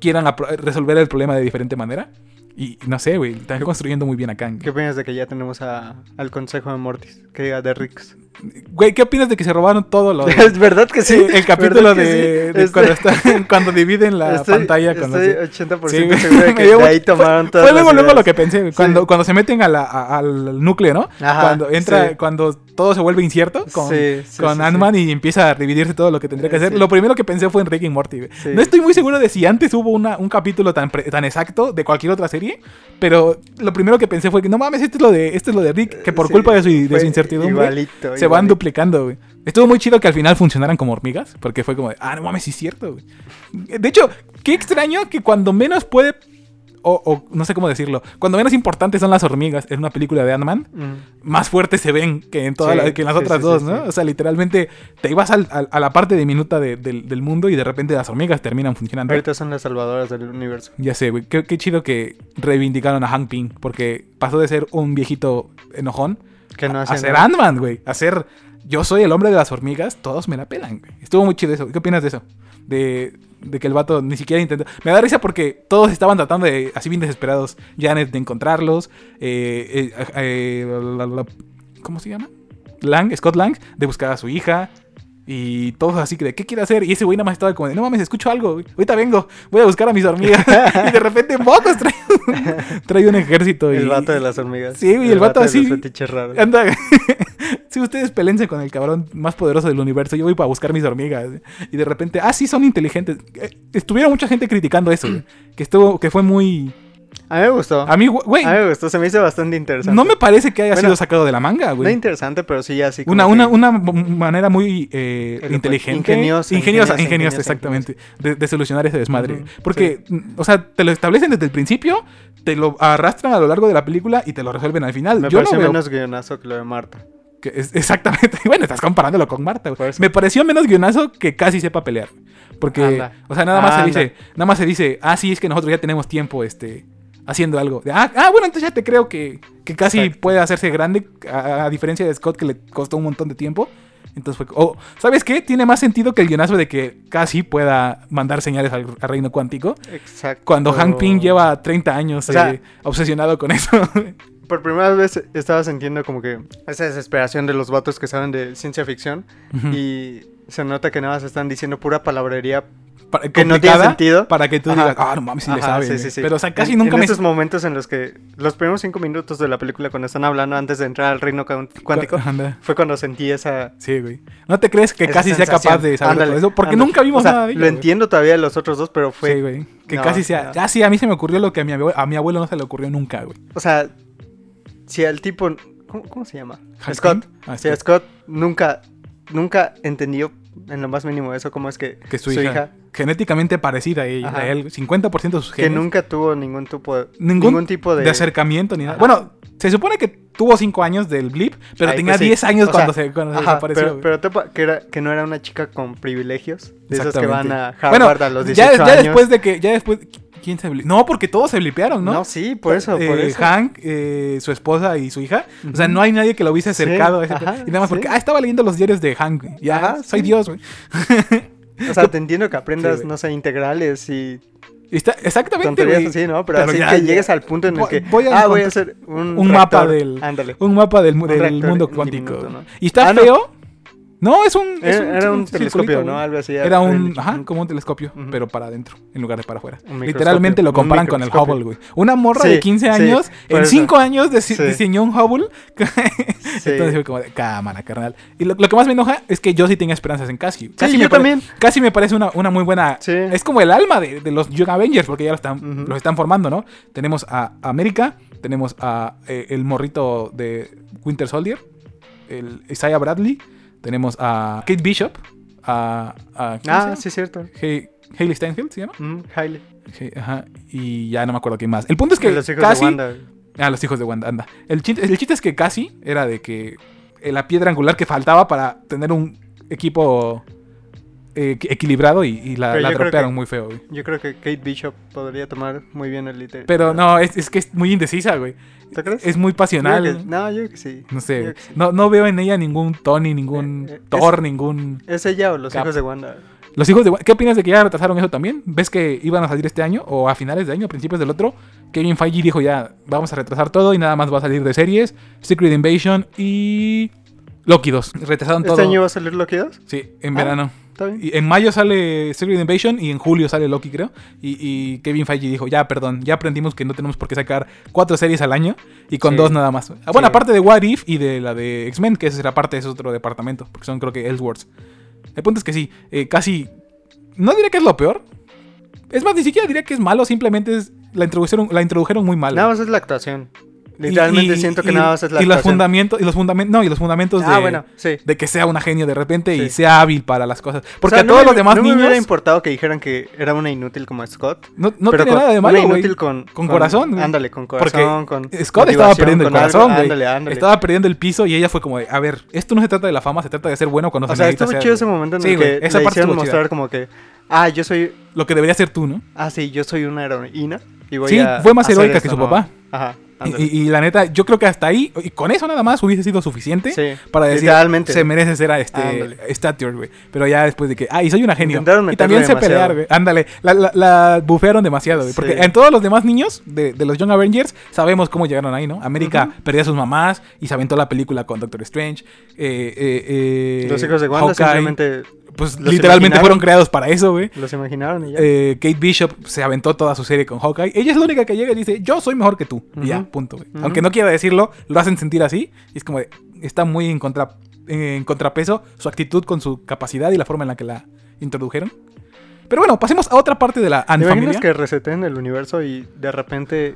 quieran apro- resolver el problema de diferente manera. Y y no sé, güey, están construyendo muy bien a Kang.
¿Qué opinas de que ya tenemos a- al consejo de Mortis? Que diga de Rix.
Güey, ¿qué opinas de que se robaron todo lo de-
Es verdad que sí.
el capítulo
¿Verdad que
de,
sí?
de
Estoy-
cuando, está- cuando dividen la
estoy-
pantalla con los-
Estoy 80%
Sí, güey.
seguro de
Me
que
dio
de
mu-
ahí tomaron todas
Fue luego,
las
luego lo
ideas.
que pensé, güey. cuando, cuando se meten a la- a- al núcleo, ¿no?
Ajá,
cuando entra,
sí.
cuando todo se vuelve incierto con,
Sí, sí,
con
sí,
Ant-Man y empieza a dividirse todo lo que tendría que
Eh,
hacer.
sí.
Lo primero que pensé fue en Rick y Morty. güey.
Sí.
No estoy muy seguro de si antes hubo una- un capítulo tan, pre- tan exacto de cualquier otra serie, pero lo primero que pensé fue que no mames, este es lo de, este es lo de Rick, que por
Sí,
culpa de su, de
fue
su incertidumbre
Igualito.
se van
igualito.
duplicando, güey. Estuvo muy chido que al final funcionaran como hormigas, porque fue como, de, ah, no mames, sí es cierto, güey. De hecho, qué extraño que cuando menos puede o, o no sé cómo decirlo, cuando menos importantes son las hormigas en una película de Ant-Man,
Mm.
más fuertes se ven que en, todas
Sí,
las- que en las
sí,
otras
sí,
dos,
sí,
¿no?
sí.
O sea, literalmente te ibas al- al- a la parte diminuta de- del, del mundo y de repente las hormigas terminan funcionando.
Ahorita son las salvadoras del universo.
Ya sé, güey. Qué, qué chido que reivindicaron a Hank Pym. Porque pasó de ser un viejito enojón
Que no
a
hacen.
ser Ant-Man, güey. A ser yo soy el hombre de las hormigas, todos me la pelan, güey. Estuvo muy chido eso. ¿Qué opinas de eso? De, de que el vato ni siquiera intentó. Me da risa porque todos estaban tratando de, así bien desesperados, Janet de encontrarlos. eh, eh, eh, la- la- la- ¿Cómo se llama? Lang, Scott Lang, de buscar a su hija. Y todos así que de qué quiere hacer. Y ese güey nada más estaba como de no mames, escucho algo. güey. Ahorita vengo, voy a buscar a mis hormigas. y de repente, mocos, trae, trae un ejército. y,
El vato de las hormigas.
Sí, güey, el vato
de
así.
los fetiches raros.
Anda. si ustedes pelense con el cabrón más poderoso del universo, yo voy para buscar mis hormigas. Y de repente, ah, sí, son inteligentes. Eh, Estuvieron mucha gente criticando eso, güey, que estuvo, que fue muy.
A mí me gustó.
A mí, güey,
A mí me gustó, se me hizo bastante interesante.
no me parece que haya
Bueno,
sido sacado de la manga,
No
güey.
interesante, pero sí así. como
Una,
que-
una, una manera muy eh,
Pero, pues,
inteligente.
ingeniosa,
Ingeniosa,
ingeniosa,
ingeniosa,
ingeniosa,
exactamente. De, de solucionar ese desmadre.
Ujú,
Porque, mm, o sea, te lo establecen desde el principio, te lo arrastran a lo largo de la película y te lo resuelven al final.
Me
yo no
pareció
veo-
menos guionazo que lo de Marta.
Que es- exactamente. Bueno, estás comparándolo con Marta, güey.
Por eso.
Me pareció menos guionazo que casi sepa pelear. Porque,
Anda.
o sea, nada más se
Anda.
dice, nada más se dice, ah, sí, es que nosotros ya tenemos tiempo, este, haciendo algo. De, ah, ah, bueno, entonces ya te creo que, que casi
Exacto.
puede hacerse grande, a, a diferencia de Scott, que le costó un montón de tiempo. Entonces fue, oh, ¿sabes qué? Tiene más sentido que el guionazo de que casi pueda mandar señales al, al reino cuántico.
Exacto.
Cuando Hank Pym lleva 30 años
Oh. O sea-
eh, obsesionado con eso.
Por primera vez estaba sintiendo como que esa desesperación de los vatos que saben de ciencia ficción. Y se nota que nada más están diciendo pura palabrería.
para-
Que no tiene
complicada
sentido.
Para que tú
Ajá.
digas, ah, no mames, sí le
Ajá,
saben.
sí,
eh".
sí, sí.
Pero, o sea, casi
En-
nunca
en
me.
esos momentos en los que los primeros cinco minutos de la película, cuando están hablando antes de entrar al reino cuán- cuántico,
Anda.
fue cuando sentí esa.
Sí, güey. No te crees que
esa
casi sea
sensación.
capaz de saber
Ándale,
todo eso. Porque
ándale.
nunca vimos
O sea,
nada de ello.
Lo
güey.
entiendo todavía de los otros dos, pero fue.
Sí, güey. Que
No,
casi sea.
no.
Ya sí, a mí se me ocurrió lo que a mi abuelo, a mi abuelo no se le ocurrió nunca, güey.
O sea, si al tipo. ¿Cómo, cómo se llama?
Hank
Scott.
Pym. Ah,
si a
Scott.
Scott nunca, nunca entendió en lo más mínimo eso, cómo es que,
Que su, hija, Genéticamente parecida a ella-
Ajá.
a él. 50% de sus
que
genes.
nunca tuvo ningún tipo de.
Ningún-
Ningún, tipo de.
de acercamiento ni nada.
Ajá.
Bueno, se supone que tuvo 5 años del blip, pero
Ay,
tenía
pues sí.
10 años
O
cuando
sea,
se, cuando se
ajá,
desapareció.
Pero,
güey.
pero topa que, era, que no era una chica con privilegios. De esas que van
Exactamente.
a Harvard a los 18
ya,
años.
ya después de que. Ya después. ¿Quién se bli- No, porque todos se blipearon, ¿no?
¿no? sí, por eso, por
Eh,
eso.
Hank, eh, su esposa y su hija. O sea,
Ujú.
no hay nadie que lo hubiese
Sí,
acercado. a ese-
ajá,
y nada más
sí.
porque, ah, estaba leyendo los diarios de Hank. güey. Ya,
Ajá,
soy
sí.
Dios, güey.
O sea, te entiendo que aprendas,
güey.
no sé, integrales y
Está- exactamente,
tonterías
güey.
así, ¿no? Pero,
Pero
así
ya-
que
ya.
llegues al punto en el
Voy-
que.
voy a
ah, voy a
encontrar
hacer un.
un mapa
reactor".
del-
Ándale.
Un mapa del, mu- del
reactor
mundo
en
cuántico.
diminuto, ¿no?
Y está
Ah, no.
feo. No, es un. es
Era era un
circulito,
telescopio,
güey.
¿no? Algo así.
Era un, ajá, como un telescopio,
Ujú.
pero para adentro, en lugar de para afuera.
Un microscopio,
Literalmente lo
un
comparan con el
microscopio.
Hubble, güey. Una morra
Sí,
de 15
sí,
años,
por
en
eso.
5 años disi-
Sí.
diseñó un Hubble.
Sí.
Entonces fue como de, cámara, carnal. Y lo, lo que más me enoja es que yo sí tenía esperanzas en Cassie. Cassie
Sí,
me
yo
pare-
también.
Casi me parece una, una muy buena.
Sí.
Es como el alma de, de los Young Avengers, porque ya los están,
Ujú.
los están formando, ¿no? Tenemos a América, tenemos a eh, el morrito de Winter Soldier, el Isaiah Bradley, tenemos a Kate Bishop, a. a- ¿cómo
Ah,
se
sí, es cierto.
llama? Hey- Hayley Steinfeld se llama.
Mm, Hailey.
Hey- ajá. Y ya no me acuerdo quién más. El punto es que
Y los hijos
casi.
de Wanda.
Ah, los hijos de Wanda, anda. El chiste, el chiste es que casi era de que eh, la piedra angular que faltaba para tener un equipo eh, equi- equilibrado y, y la,
Pero
la
yo creo
dropearon
que-
muy feo, güey.
Yo creo que Kate Bishop podría tomar muy bien el líder.
Pero no, es, es que es muy indecisa, güey.
¿Te crees?
Es muy
Yo creo que-
pasional.
no, yo creo que sí.
No sé,
Yo
güey.
creo que sí.
no, no veo en ella ningún Tony, ningún
Eh, eh,
Thor, ningún...
¿Es ella o los
Cap.
hijos de Wanda?
Los hijos de... Wa- ¿Qué opinas de que ya retrasaron eso también? ¿Ves que iban a salir este año o a finales de año, a principios del otro? Kevin Feige dijo ya, vamos a retrasar todo y nada más va a salir de series, Secret Invasion y Loki 2. Retrasaron
¿Este
todo.
año va a salir Loki 2?
Sí, en
Ah.
verano.
¿Está bien?
Y en mayo sale Secret Invasion y en julio sale Loki, creo. Y, y Kevin Feige dijo, ya, perdón, ya aprendimos que no tenemos por qué sacar cuatro series al año y con
Sí.
dos nada más. Ah, Bueno,
Sí.
aparte de What If y de la de X-Men, que esa será parte de ese otro departamento, porque son creo que Ellsworths. El punto es que sí, eh, casi... No diré que es lo peor. Es más, ni siquiera diría que es malo, simplemente es... La introdujeron, la introdujeron muy mal.
Nada más es la actuación. Literalmente
Y- y-
siento que
y-
nada más es la
y los
actuación.
fundamentos y los fundamentos no y los fundamentos
Ah,
de,
bueno, sí.
de que sea una genio de repente y
Sí.
sea hábil para las cosas porque
O sea,
a
no
todos
me-
los demás
no me
niños
hubiera importado que dijeran que era una inútil como Scott.
no, no
pero
tiene
con-
nada de malo
Una
güey.
inútil con,
Con corazón, güey.
Ándale, con
Porque
corazón, con.
Scott estaba
motivación,
perdiendo el
con algo,
corazón güey.
Ándale, ándale.
estaba perdiendo el piso y ella fue como de, a ver esto no se trata de la fama se trata de ser bueno cuando
O
se
sea,
necesita
estuvo
ser,
chido ese
güey.
momento en
Sí,
el
güey,
que
esa
le
parte
hicieron
estuvo chida.
mostrar como que. Ah, yo soy.
lo que debería ser tú no
Ah, sí, yo soy una heroína. Y voy
Sí,
a
fue más
hacer
heroica que
esto,
su
¿no?
papá.
Ajá.
y,
ándale.
y- y la neta yo creo que hasta ahí y con eso nada más hubiese sido suficiente
Sí,
para decir
literalmente.
se merece ser a este
Ándale.
Stature, güey. Pero ya después de que, ay, soy una genio.
Intentaron
Y también sé
meterle
pelear,
demasiado.
güey. Ándale, la, la, la bufearon demasiado, güey. Porque
Sí.
en todos los demás niños de, de los Young Avengers sabemos cómo llegaron ahí, ¿no? América
Ujú.
perdió a sus mamás y se aventó la película con Doctor Strange. Eh, eh, eh,
Los hijos de Wanda
Hawkeye,
simplemente
Pues
los
literalmente
imaginaron.
fueron creados para eso, güey.
los imaginaron y ya.
Eh, Kate Bishop se aventó toda su serie con Hawkeye. Ella es la única que llega y dice, yo soy mejor que tú. Y ya,
Ujú.
punto. güey.
Ujú.
Aunque no quiera decirlo, lo hacen sentir así. Y es como, de, está muy en, contra, en contrapeso su actitud con su capacidad y la forma en la que la introdujeron. Pero bueno, pasemos a otra parte de la
¿Te imaginas
Unfamilia.
que reseten el universo y de repente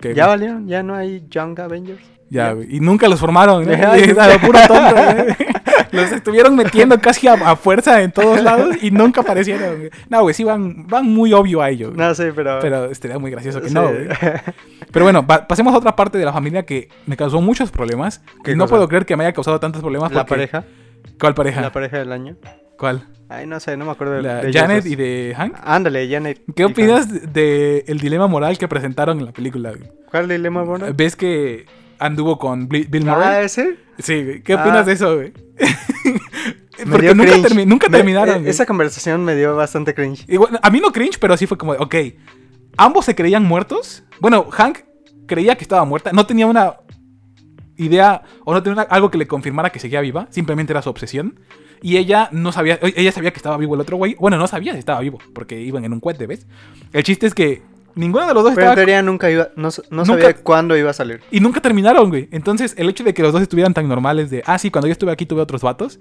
que-
ya valieron? ¿Ya no hay Young Avengers?
ya, güey. Y nunca los formaron. ¿no?
Ajá,
Y
sí.
era puro tonto, güey. Los estuvieron metiendo casi a, a fuerza en todos lados y nunca aparecieron. güey. No, güey, sí van, van muy obvio a ello. güey.
No sé, pero...
Pero estaría muy gracioso que
sí.
no, güey. Pero bueno, va- pasemos a otra parte de la familia que me causó muchos problemas.
¿Qué
no
cosa?
puedo creer que me haya causado tantos problemas.
¿La
porque-
pareja?
¿Cuál pareja?
¿La pareja del año?
¿Cuál?
Ay, no sé, no me acuerdo de,
La-
de ellos
Janet
dos.
y de Hank.
Ándale, Janet.
¿Qué
y
opinas del dilema moral que presentaron en la película? güey?
Hank. ¿Cuál dilema bueno?
¿Ves que anduvo con Bli- Eh, Bill
Ah,
Murray?
ese.
Sí, güey. ¿qué opinas
Ah.
de eso, güey?
Me
Porque
dio
nunca,
cringe.
termi- nunca
Me-
terminaron.
eh,
güey.
esa conversación me dio bastante cringe.
Igual, a mí no cringe, pero sí fue como, de, ok, ambos se creían muertos. Bueno, Hank creía que estaba muerta, no tenía una idea o no tenía una- algo que le confirmara que seguía viva, simplemente era su obsesión. Y ella no sabía, o- ella sabía que estaba vivo el otro güey. Bueno, no sabía si estaba vivo, porque iban en un cohete, ¿ves? El chiste es que ninguno de los dos
Pero en
estaba...
teoría nunca iba, no, s- no
Nunca-
sabía cuándo iba a salir.
Y nunca terminaron, güey. Entonces, el hecho de que los dos estuvieran tan normales de, ah, sí, cuando yo estuve aquí tuve otros vatos,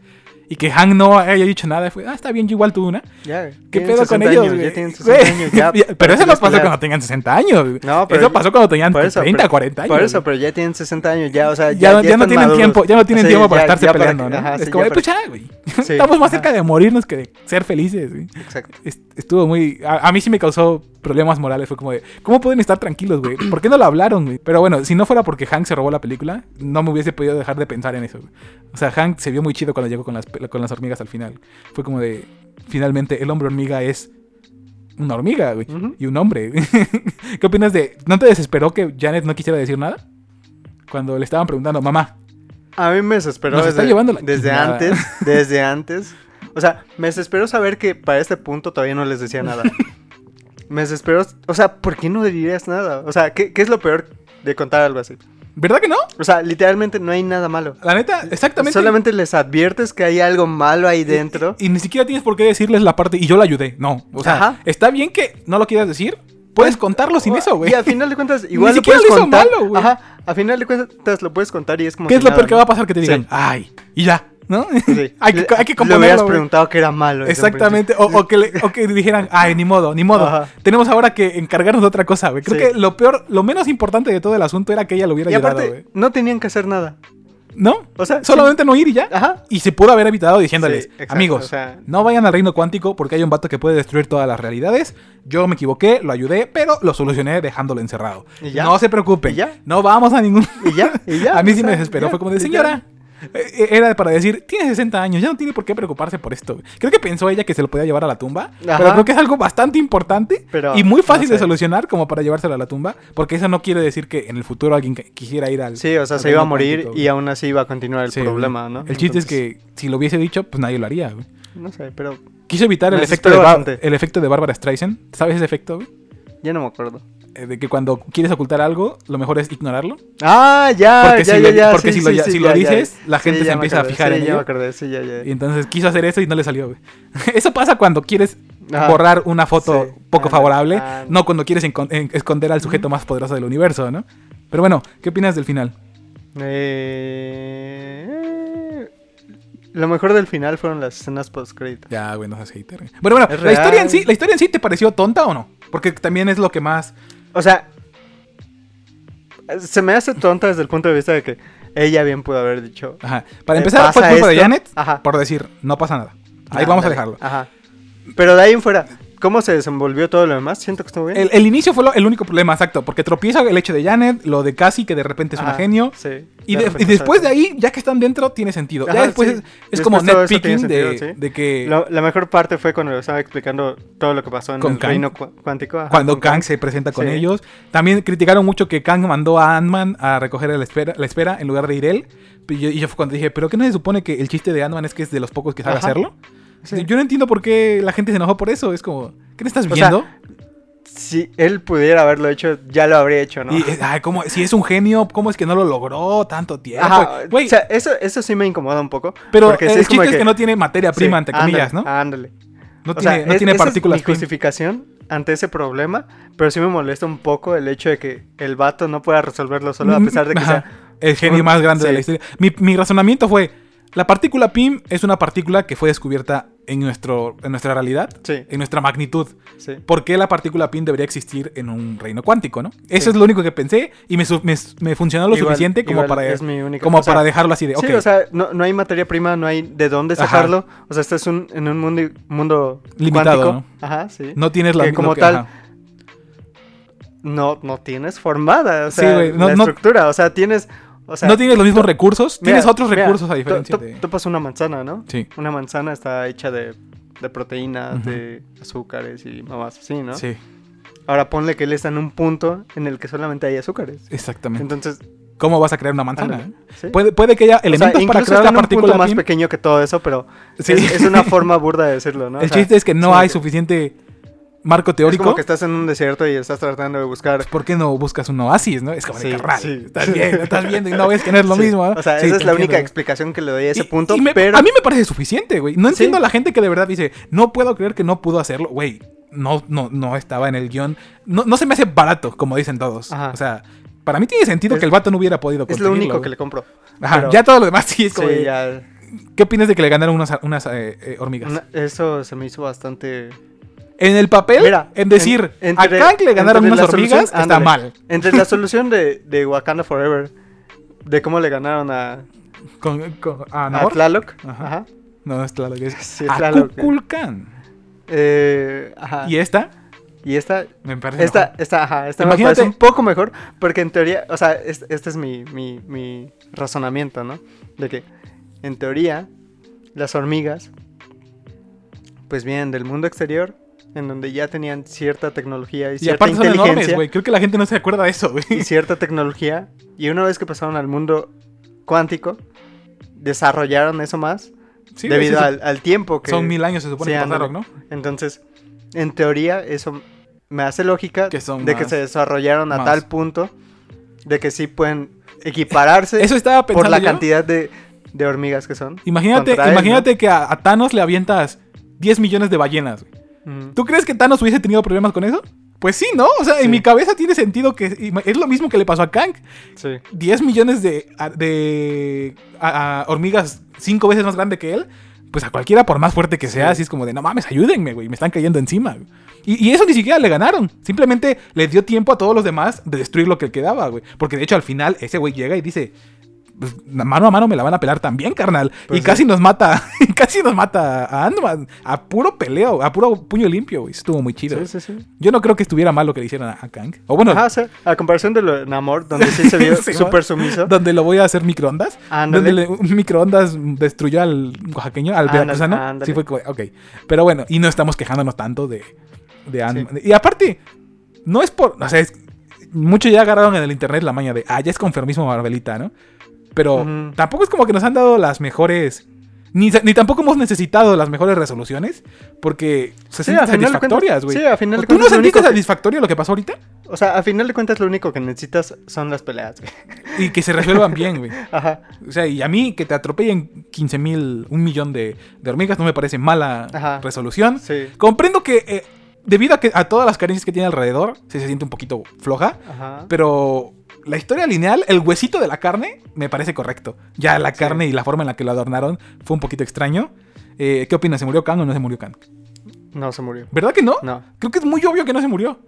y que Hank no haya dicho nada, fue, ah, está bien, yo igual tuve una.
Ya,
¿Qué
tienen
pedo con
60
ellos?
años,
güey?
ya tienen 60
Güey,
años, ya,
ya, pero
¿para
eso
qué
no
les
pasó
peleas?
cuando tengan 60 años. güey.
No, pero
eso
yo-
pasó cuando tenían
Por eso,
30,
pero-
40 años.
Por eso, pero ya tienen 60 años, ya, o sea,
ya, ya no
están
tienen
maduros.
tiempo, ya no tienen
Sí,
tiempo para
ya-
estarse
ya
peleando,
que-
¿no?
ajá,
es
sí, ya
como, de,
para-
pues ya, güey.
Sí,
Estamos más
ajá.
cerca de morirnos que de ser felices, güey.
Exacto.
Es- Estuvo muy. A, a mí sí me causó problemas morales. Fue como de. ¿Cómo pueden estar tranquilos, güey? ¿Por qué no lo hablaron, güey? Pero bueno, si no fuera porque Hank se robó la película, no me hubiese podido dejar de pensar en eso, güey. O sea, Hank se vio muy chido cuando llegó con las, pe- con las hormigas al final. Fue como de. Finalmente, el hombre hormiga es. Una hormiga, güey.
Ujú.
Y un hombre. ¿Qué opinas de.? ¿No te desesperó que Janet no quisiera decir nada? Cuando le estaban preguntando, mamá.
A mí me desesperó
Nos está
desde,
llevando la
desde
chingada.
antes, desde antes. O sea, me desesperó saber que para este punto todavía no les decía nada. Me desesperó, o sea, ¿por qué no dirías nada? O sea, ¿qué, qué es lo peor de contar algo así?
¿Verdad que no?
O sea, literalmente no hay nada malo.
La neta, exactamente.
Solamente les adviertes que hay algo malo ahí dentro.
Y, y ni siquiera tienes por qué decirles la parte y yo la ayudé. No. O sea,
Ajá.
está bien que no lo quieras decir. Puedes contarlo sin eso, güey.
Y al final de cuentas, igual lo
siquiera
puedes
lo hizo
contar.
malo, güey.
Ajá, al final de cuentas lo puedes contar y es como.
¿Qué es
si
lo
nada,
peor que
¿no?
va a pasar que te digan?
Sí.
Ay, y ya, ¿no?
Sí.
hay,
Le
que, hay que
hubieras
componerlo, güey.
preguntado que era malo. desde un
Exactamente, o, o que le- o que dijeran, ay, ni modo, ni modo.
Ajá.
Tenemos ahora que encargarnos de otra cosa, güey. Creo
Sí.
que lo peor, lo menos importante de todo el asunto era que ella lo hubiera
principio. Y
ayudado,
aparte,
güey.
no tenían que hacer nada.
¿No?
O sea,
Solamente no ir y ya.
Ajá.
Y se pudo haber evitado diciéndoles,
Sí, exacto,
amigos,
o sea-
no vayan al reino cuántico porque hay un vato que puede destruir todas las realidades. Yo me equivoqué, lo ayudé, pero lo solucioné dejándolo encerrado.
¿Y ya?
No se preocupen,
¿Y ya?
no vamos a ningún...
Y ya, y ya.
a mí
o
sí
sea,
me desesperó,
ya,
fue como de,
y ya.
señora, eh, era para decir, tiene 60 años, ya no tiene por qué preocuparse por esto. Creo que pensó ella que se lo podía llevar a la tumba,
Ajá.
pero creo que es algo bastante importante
Pero,
y muy fácil
no sé.
de solucionar como para llevárselo a la tumba, porque eso no quiere decir que en el futuro alguien que quisiera ir al...
Sí, o sea,
al
se iba a
reino
morir
cuántico, güey.
y aún así iba a continuar el
Sí,
problema,
güey.
¿no?
El chiste es
Entonces,
que si lo hubiese dicho, pues nadie lo haría, güey.
No sé, pero
Quiso evitar
Me
el efecto, de
desespero
Bar-
bastante.
el efecto de Barbara Streisand. ¿Sabes ese efecto, güey?
ya no me acuerdo.
Eh, De que cuando quieres ocultar algo, lo mejor es ignorarlo.
Ah, ya,
Porque
ya,
si
ya,
lo-
ya,
porque
sí,
si lo-
sí,
ya-
sí,
si lo
ya, ya.
dices, la gente
Sí,
se
ya me
empieza a
acordé,
fijar
sí,
en
ya
ello.
me acordé, sí, ya, ya.
Y entonces quiso hacer eso y no le salió, güey. Eso pasa cuando quieres
Ajá.
borrar una foto
Sí.
poco
Ah,
favorable,
ah.
no cuando quieres encon- en- esconder al sujeto más poderoso del universo, ¿no? Pero bueno, ¿qué opinas del final?
Eh, Lo mejor del final fueron las escenas post crédito.
Ya, güey, no seas hater. güey. Bueno, bueno,
Es
la historia,
real.
en sí, la historia en sí te pareció tonta o no? Porque también es lo que más
O sea, Se me hace tonta desde el punto de vista de que ella bien pudo haber dicho.
Ajá. Para
Eh,
empezar, fue
pasa
culpa de
esto.
Janet
Ajá.
por decir, no pasa nada. Ahí
"Ah,
vamos a
dale".
dejarlo.
Ajá. Pero de ahí en fuera, ¿cómo se desenvolvió todo lo demás? Siento que estuvo bien.
El, el inicio fue lo- el único problema, exacto, porque tropieza el hecho de Janet, lo de Cassie, que de repente es
Ajá,
una genio.
sí.
Y,
Ah, De
de- y
repente
después de
sale.
ahí, ya que están dentro, tiene sentido. ya
Ajá,
después
sí.
es, es
Después
como
todo
net
eso tiene
picking de,
sentido, sí.
de que
Lo- la mejor parte fue cuando estaba explicando todo lo que pasó en
Con
el
Kang.
reino cu- cuántico. ajá,
cuando
con
Kang, se presenta con
Sí.
ellos. También criticaron mucho que Kang mandó a Ant-Man a recoger la esfera, la esfera en lugar de ir él. Y yo, y yo fue cuando dije, ¿pero qué no se supone que el chiste de Ant-Man es que es de los pocos que sabe
Ajá.
hacerlo?
Sí.
Yo no entiendo por qué la gente se enojó por eso. Es como, ¿qué te estás
O sea,
viendo?
Si él pudiera haberlo hecho, ya lo habría hecho, ¿no?
Y, eh, ay, ¿cómo- si es un genio, ¿cómo es que no lo logró tanto tiempo?
Ajá,
Eh, pues, Güey,
o sea, eso, eso sí me incomoda un poco.
pero
porque sí
el
es como
chiste es que,
que-
no tiene materia prima,
Sí,
entre comillas,
ándale,
¿no?
Ándale.
No
O sea,
tiene, no
es-
tiene
esa es
partículas
mi
prim-
justificación ante ese problema, pero sí me molesta un poco el hecho de que el vato no pueda resolverlo solo, a pesar de que
Mm, Ajá.
sea.
el genio
un-
más grande de la
sí.
historia. Mi, mi razonamiento fue, la partícula PIM es una partícula que fue descubierta en, nuestro, en nuestra realidad,
Sí,
en nuestra magnitud.
sí.
¿Por qué la partícula PIM debería existir en un reino cuántico, no? Eso
Sí.
es lo único que pensé y me, su- me, me funcionó lo
Igual-
suficiente como
igual
para...
es mi única-
Como
o sea,
para dejarlo así de, ok,
Sí, o sea, no, no hay materia prima, no hay de dónde
Ajá.
sacarlo. O sea, estás un- en un mundo, mundo
Limitado,
cuántico. Ajá, sí.
no tienes la...
que
lo
como
que-
tal,
ajá.
No, no tienes formada, o
Sí,
sea,
güey, no-
la
no-
estructura. O sea, tienes. O sea,
no tienes los mismos recursos,
mira,
tienes otros
mira,
recursos a
to-
diferencia
to-
de...
Topas una manzana, ¿no?
Sí,
Una manzana está hecha de, de proteínas,
Ujú.
de azúcares y mamás así, ¿no?
sí,
Ahora ponle que él está en un punto en el que solamente hay azúcares.
exactamente.
Entonces,
¿Cómo vas a crear una manzana?
ándale,
eh?
¿sí?
Puede, puede que haya
O sea,
elementos para
incluso
crear
está
la
en un punto
partícula
más
PIM.
pequeño que todo eso, pero
Sí.
es, es una forma burda de decirlo, ¿no? O
El
sea,
chiste es que no
sí.
hay suficiente marco
Es como
teórico. pues,
que estás en un desierto y estás tratando de buscar.
¿Por qué no buscas un oasis, no? Es como
Sí,
de carnal,
sí.
Estás viendo, estás viendo y no ves que no es lo
Sí,
mismo. ¿no?
O sea,
Sí,
esa es
te
la
entiendo,
única
güey.
explicación que le doy a ese
Y-
punto,
y me-
pero.
A mí me parece suficiente, güey. No
Sí.
entiendo a la gente que de verdad dice, no puedo creer que no pudo hacerlo. Güey, no, no, no estaba en el guión. No, no se me hace barato, como dicen todos.
Ajá.
O sea, para mí tiene sentido
Es-
que el vato no hubiera podido
Es lo
conseguirlo,
único que
güey.
le compro.
Ajá,
pero-
ya todo lo demás sí es como...
Sí,
de,
ya.
¿Qué opinas de que le ganaron unas, unas eh, eh, hormigas?
Una- eso se me hizo bastante.
En el papel,
Mira,
en decir,
en-
a
entre-
Kang le ganaron
entre la
unas
solución-
hormigas, está
ándale.
mal.
Entre la solución de, de Wakanda Forever, de cómo le ganaron a,
Con, con- ah,
a
¿no?
Tlaloc.
Ajá.
Ajá.
No, es Tlaloc. Es
Sí, es
a
Tlaloc.
Kukulkan.
Eh, ajá.
Y esta,
Y esta.
me parece.
Esta,
mejor.
esta, ajá, esta me
Imagínate-
parece un poco mejor, porque en teoría, o sea, es- este, es mi, mi, mi razonamiento, ¿no? De que, en teoría, las hormigas, pues vienen del mundo exterior, en donde ya tenían cierta tecnología y
Y
cierta
aparte son enormes,
inteligencia.
güey. Creo que la gente no se acuerda de eso, güey.
y cierta tecnología. Y una vez que pasaron al mundo cuántico, desarrollaron eso más
Sí, güey,
debido
sí,
al, al tiempo que.
Son mil años, se supone
Sí,
que
ándale.
pasaron, ¿no?
Entonces, en teoría, eso me hace lógica
Que son
de que
más-
se desarrollaron a
más.
tal punto de que sí pueden equipararse
Eso estaba pensando.
por la
yo.
cantidad de, de hormigas que son.
Imagínate,
contra él,
imagínate que a, a Thanos le avientas 10 millones de ballenas, güey.
Ujú.
¿Tú crees que Thanos hubiese tenido problemas con eso? Pues sí, ¿no? O sea,
Sí.
en mi cabeza tiene sentido que es lo mismo que le pasó a Kang.
Sí.
10 millones de, a- de a- a hormigas cinco veces más grande que él, pues a cualquiera, por más fuerte que sea,
Sí.
así es como de, no mames, ayúdenme, güey, me están cayendo encima. güey". Y, y eso ni siquiera le ganaron, simplemente les dio tiempo a todos los demás de destruir lo que quedaba, güey. Porque de hecho al final ese güey llega y dice, "Pues, mano a mano me la van a pelar también, carnal.
Pues
y
sí.
casi nos mata, y casi nos mata a Ant-Man, a puro peleo, a puro puño limpio, güey. Estuvo muy chido.
Sí, sí, sí.
Yo no creo que estuviera mal lo que le hicieron a, a Kang. O bueno,
Ajá, o sea, a comparación de lo de Namor, donde sí se vio
Sí,
súper sumiso.
donde lo voy a hacer microondas. Donde
Ándale.
le- un microondas destruyó al oaxaqueño, al
Ándale,
veracruzano.
ándale.
Sí, fue como, ok. Pero bueno, y no estamos quejándonos tanto de. de Ant-
Sí.
Y aparte, no es por. O sea, es- muchos ya agarraron en el internet la maña de. Ah, ya es conformismo Marvelita, ¿no? Pero
Ujú.
tampoco es como que nos han dado las mejores. Ni, sa- ni tampoco hemos necesitado las mejores resoluciones porque se
Sí,
sienten
a final de cuentas-
satisfactorias, güey.
sí, a final de
¿Tú no
cuentas lo
sentiste
único que-
satisfactorio lo que pasó ahorita?
O sea, a final de cuentas lo único que necesitas son las peleas. güey.
Y que se resuelvan bien, güey.
Ajá,
O sea, y a mí que te atropellen 15 mil, un millón de, de hormigas no me parece mala
Ajá.
resolución.
sí.
Comprendo que eh, debido a, que, a todas las carencias que tiene alrededor, sí se siente un poquito floja,
Ajá.
pero la historia lineal, el huesito de la carne, me parece correcto. Ya la
Sí.
carne y la forma en la que lo adornaron fue un poquito extraño. Eh, ¿Qué opinas? ¿Se murió Kang o no se murió Kang?
No se murió.
¿Verdad que no?
No.
Creo que es muy obvio que no se murió.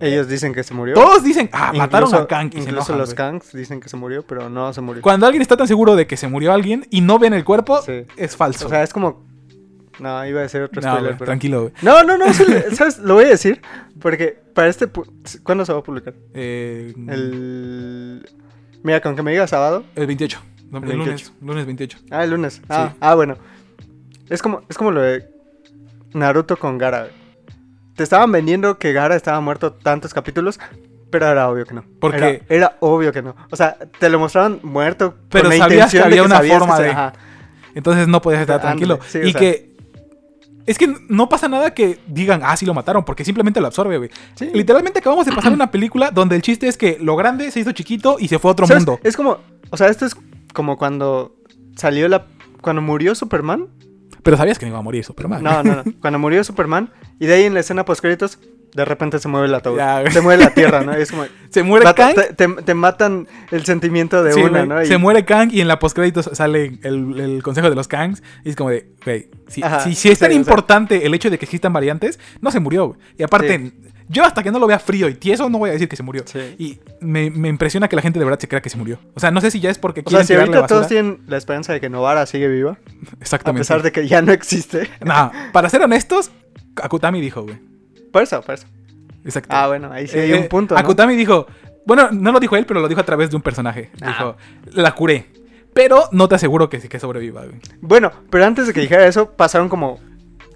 Ellos dicen que se murió.
Todos dicen, ah, mataron
Incluso-
a Kang. y se
Incluso
enojan,
los
güey.
Kangs dicen que se murió, pero no se murió.
Cuando alguien está tan seguro de que se murió alguien y no ven el cuerpo,
Sí.
es falso.
O sea, es como. No, iba a decir otro
No,
spoiler,
güey,
pero-
tranquilo, güey.
No, no, no, sí le- ¿sabes? Lo voy a decir. Porque para este. pu- ¿Cuándo se va a publicar?
Eh, el...
El. Mira, con que me diga sábado.
28. no, el
28.
lunes, lunes 28.
Ah, el lunes. Ah,
Sí.
ah, bueno. Es como, es como lo de Naruto con Gara. güey. Te estaban vendiendo que Gara estaba muerto tantos capítulos, pero era obvio que no.
¿Por
Era-
qué?
Era, obvio que no. O sea, te lo mostraron muerto. con
Pero
la
sabías que
intención
había una
sabías
forma
se-
de-
ajá.
Entonces no podías estar
Ándale,
tranquilo.
sí, o
y
sea.
que. Es que no pasa nada que digan, ah, sí lo mataron, porque simplemente lo absorbe, güey.
Sí.
Literalmente acabamos de pasar una película donde el chiste es que lo grande se hizo chiquito y se fue a otro
¿Sabes?
mundo.
Es como, o sea, esto es como cuando salió la... Cuando murió Superman.
Pero sabías que no iba a morir Superman.
No, no, no. Cuando murió Superman. Y de ahí en la escena postcréditos, de repente se mueve el ataúd.
Ya, güey.
Se mueve la tierra, ¿no? Es como...
Se muere
mata-
Kang.
te, te- te matan el sentimiento de
sí,
una,
güey.
¿no? Y-
Se muere Kang y en la postcréditos sale el, el consejo de los Kangs. Y es como de, güey, si,
Ajá,
si- si es
sí,
tan
o sea.
importante el hecho de que existan variantes, no se murió, güey. Y aparte,
Sí.
yo hasta que no lo vea frío y tieso, no voy a decir que se murió.
Sí.
Y me, me impresiona que la gente de verdad se crea que se murió. O sea, no sé si ya es porque
O sea,
quieren
si
tirarle
ahorita todos
basura.
tienen la esperanza de que Novara sigue viva, a
Exactamente.
pesar de que ya no existe.
Nah, para ser honestos, Akutami dijo, güey.
Por eso, por eso.
Exacto.
Ah, bueno, ahí sí hay
Eh,
un punto. ¿no?
Akutami dijo, bueno, no lo dijo él, pero lo dijo a través de un personaje.
Ajá.
Dijo, la curé, pero no te aseguro que, que sobreviva, güey.
Bueno, pero antes de que dijera eso, pasaron como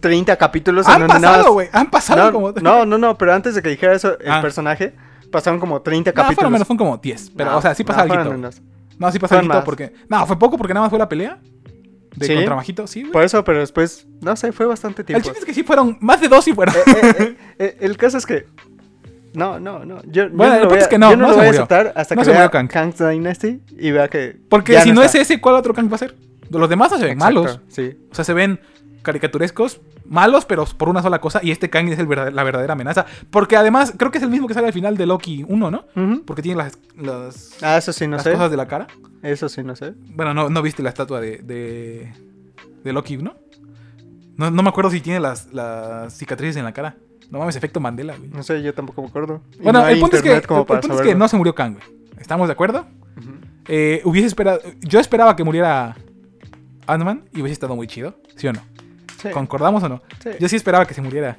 30 capítulos en
Han
donde nada
pasado,
más-
güey, han
No,
pasado como...
no, no, no, pero antes de que dijera eso, el
Ah.
personaje, pasaron como 30
No,
capítulos.
fueron menos, fueron como 10, pero,
No,
o sea, sí
no,
pasaba
fueron
algo.
menos.
No, sí pasaba
Fueron
algo
más.
porque... No, fue poco porque nada más fue la pelea de
¿Sí?
contra Majito, sí, güey.
Por eso, pero después, no sé, fue bastante
El
tiempo.
chiste es que sí fueron, más de dos sí fueron.
Eh, eh, eh, eh, el caso es que. No, no, no. Yo, yo
Bueno, el
no lo
punto
voy a,
es que no,
yo no
no
lo
se
voy a
murió.
aceptar hasta
No
que
se
vea
murió Kang.
Kang's Dynasty y vea que.
Porque
ya
si no es
está.
ese, ¿cuál otro Kang va a ser? Los demás no se ven
Exacto,
malos.
Sí.
O sea, se ven caricaturescos, malos, pero por una sola cosa. Y este Kang es el verda- la verdadera amenaza. Porque además, creo que es el mismo que sale al final de Loki 1, ¿no?
Ujú.
Porque tiene las, las,
Ah, eso sí, no
las
sé.
cosas de la cara.
Eso sí, no sé.
Bueno, no, no viste la estatua de, de, de Loki, ¿no? ¿no? No me acuerdo si tiene las, las cicatrices en la cara. No mames, efecto Mandela, güey.
No sé, yo tampoco me acuerdo. Mm. Y
Bueno,
no hay
el punto, es que,
internet como
el
para
punto es que
saberlo.
no se murió Kang, güey. ¿Estamos de acuerdo?
Ujú.
Eh, hubiese esperado. Yo esperaba que muriera Ant-Man y hubiese estado muy chido, ¿sí o no?
Sí,
¿Concordamos o no?
sí.
Yo sí esperaba que se muriera.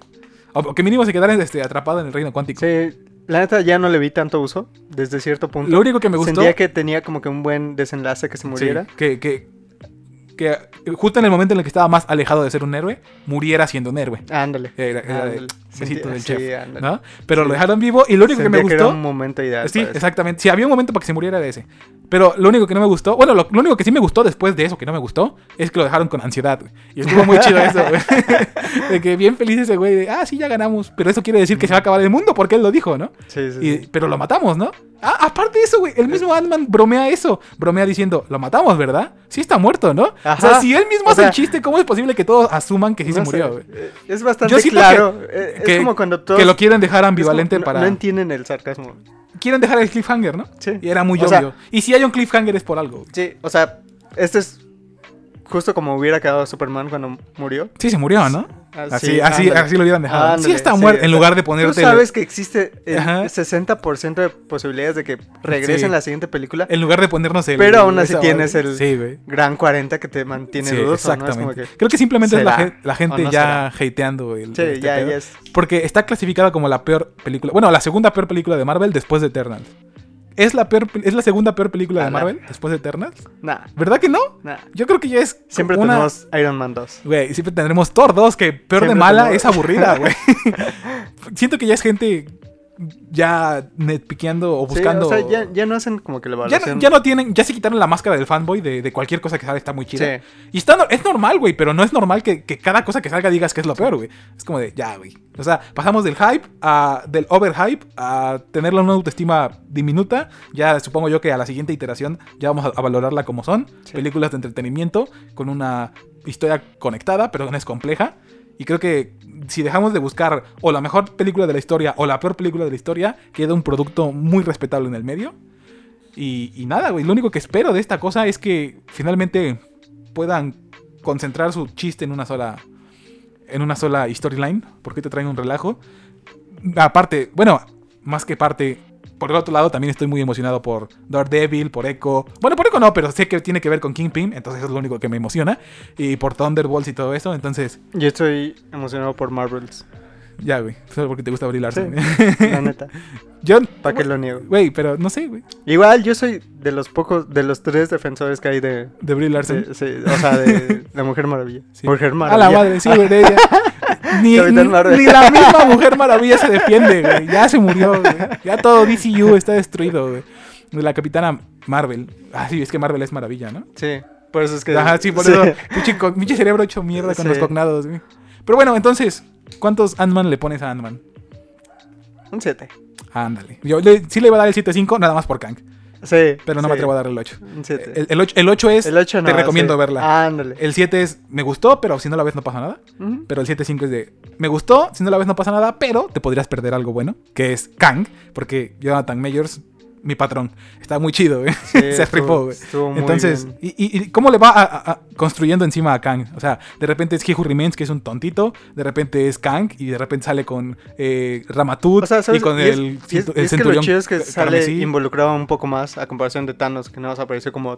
O o que mínimo se quedara este, atrapado en el reino cuántico.
Sí, la neta ya no le vi tanto uso desde cierto punto.
Lo único que me gustó.
Sentía que tenía como que un buen desenlace que se
sí,
muriera.
que, que, que justo en el momento en el que estaba más alejado de ser un héroe, muriera siendo un héroe.
Ándale.
Era- era
ándale.
el besito
Ah, Sentía-
del
sí,
chef,
ándale.
¿no? Pero
Sí.
lo dejaron vivo y lo único que me
Sentía era
gustó.
un momento ideal.
Sí,
para eso.
exactamente. Si había un momento para que se muriera de ese. Pero lo único que no me gustó, bueno, lo, lo único que sí me gustó después de eso que no me gustó, es que lo dejaron con ansiedad, güey. Y estuvo muy chido eso, güey. De que bien feliz ese güey, de, ah, sí, ya ganamos. Pero eso quiere decir que se va a acabar el mundo, porque él lo dijo, ¿no?
Sí, sí,
Y-
sí.
pero lo matamos, ¿no? Ah, aparte de eso, güey, el mismo Ant-Man bromea eso. Bromea diciendo, lo matamos, ¿verdad? Sí está muerto, ¿no? O
Ajá.
sea, si él mismo
O
hace
sea-
el chiste, ¿cómo es posible que todos asuman que sí se
No sé,
murió, güey?
eh, Es bastante
Yo siento
claro.
que-
eh,
que-
es como cuando todos.
Que lo quieren dejar
es como-
ambivalente
no-
para...
No entienden el sarcasmo.
quieren dejar el cliffhanger, ¿no?
Sí.
Y era muy
O
obvio.
sea-
y si hay un cliffhanger es por algo.
Sí, o sea, este es justo como hubiera quedado Superman cuando murió.
Sí, se murió, ¿no? Así, así,
ándale.
así lo hubieran dejado. sí
Ándale,
está muerto, en
o
lugar
sea,
de ponerte
Tú
el-
sabes que existe el
Ajá.
60% de posibilidades de que regrese
Sí.
en la siguiente película.
en lugar de ponernos el...
Pero aún así
esa-
tienes el-
Sí, güey.
Gran 40 que te mantiene
Sí,
dudoso, ¿no? Es
exactamente.
como que-
Creo que simplemente es la,
¿será
gen- la gente
o no
ya hateando el,
Sí,
este
ya,
pedo.
ya es.
Porque está clasificada como la peor película. Bueno, la segunda peor película de Marvel después de Eternals. ¿Es la, peor, pel- ¿Es la segunda peor película de
A la-
Marvel después de Eternals?
Nah,
¿Verdad que no?
nah.
Yo creo que ya es
Siempre
una...
tenemos Iron Man 2.
Güey, siempre tendremos Thor 2, que peor de
Siempre
mala
tenemos-
es aburrida, güey. Siento que ya es gente ya netpiqueando o
Sí,
buscando.
o sea, ya, ya no hacen como que la
Ya no,
evaluación.
ya no tienen, ya se quitaron la máscara del fanboy de, de cualquier cosa que sale, está muy chida.
Sí.
Y está, no- es normal, güey, pero no es normal que, que cada cosa que salga digas que es lo peor, güey. Es como de, ya, güey. O sea, pasamos del hype a, del overhype a tenerla una autoestima diminuta. Ya supongo yo que a la siguiente iteración ya vamos a, a valorarla como son.
Sí.
Películas de entretenimiento con una historia conectada, pero no es compleja. Y creo que si dejamos de buscar o la mejor película de la historia o la peor película de la historia, queda un producto muy respetable en el medio. Y, y nada, güey. Lo único que espero de esta cosa es que finalmente puedan concentrar su chiste en una sola. En una sola storyline. Porque te traen un relajo. Aparte, bueno, más que parte. Por el otro lado, también estoy muy emocionado por Daredevil, por Echo. Bueno, por Echo no, pero sé que tiene que ver con Kingpin, entonces eso es lo único que me emociona. Y por Thunderbolts y todo eso, entonces,
Yo estoy emocionado por Marvels.
ya, güey. Solo porque te gusta Brie Larson.
La neta.
Yo.
¿Para qué lo niego?
Güey, pero no sé, güey.
Igual yo soy de los pocos, de los tres defensores que hay de.
De Brie Larson.
de- sí, o sea, de la Mujer Maravilla.
Sí.
Mujer
A
Maravilla.
la madre, sí, güey, de ella. Ni,
Capitán
ni-
Marvel.
ni la misma Mujer Maravilla se defiende, güey. Ya se murió, güey. Ya todo DCU está destruido, güey. La Capitana Marvel. Ah, sí, es que Marvel es maravilla, ¿no?
Sí, por eso es que.
Ajá, sí, por eso. Pinche, co- pinche cerebro hecho mierda con
Sí.
los cognados, güey. Pero bueno, entonces, ¿cuántos Ant-Man le pones a Ant-Man?
Un 7.
Ándale. Yo le- sí le iba a dar el 7.5, nada más por Kang.
Sí.
Pero no
sí,
me atrevo a dar el 8.
Un 7.
El, el 8, el 8 es.
El 8 no.
te recomiendo
sí. Ah.
verla. Eh,
Ándale.
El 7 es. Me gustó, pero si no la ves no pasa nada.
Ujú.
Pero el 7.5 es de. Me gustó, si no la ves no pasa nada, pero te podrías perder algo bueno, que es Kang, porque Jonathan Mayors, mi patrón, está muy chido, güey.
Sí,
Se
estuvo-
rifó, güey.
estuvo muy
Entonces,
bien.
y, y- y cómo le va a- a- a- construyendo encima a Kang? O sea, de repente es Heju Remains, que es un tontito, de repente es Kang, y de repente sale con eh, Ramatut
O sea, ¿sabes?
y con
Y es-
el,
y es-
cintu-
y
el
es que lo
centurión.
chido es que
ca-
sale
carmesí.
involucrado un poco más a comparación de Thanos, que nada más apareció como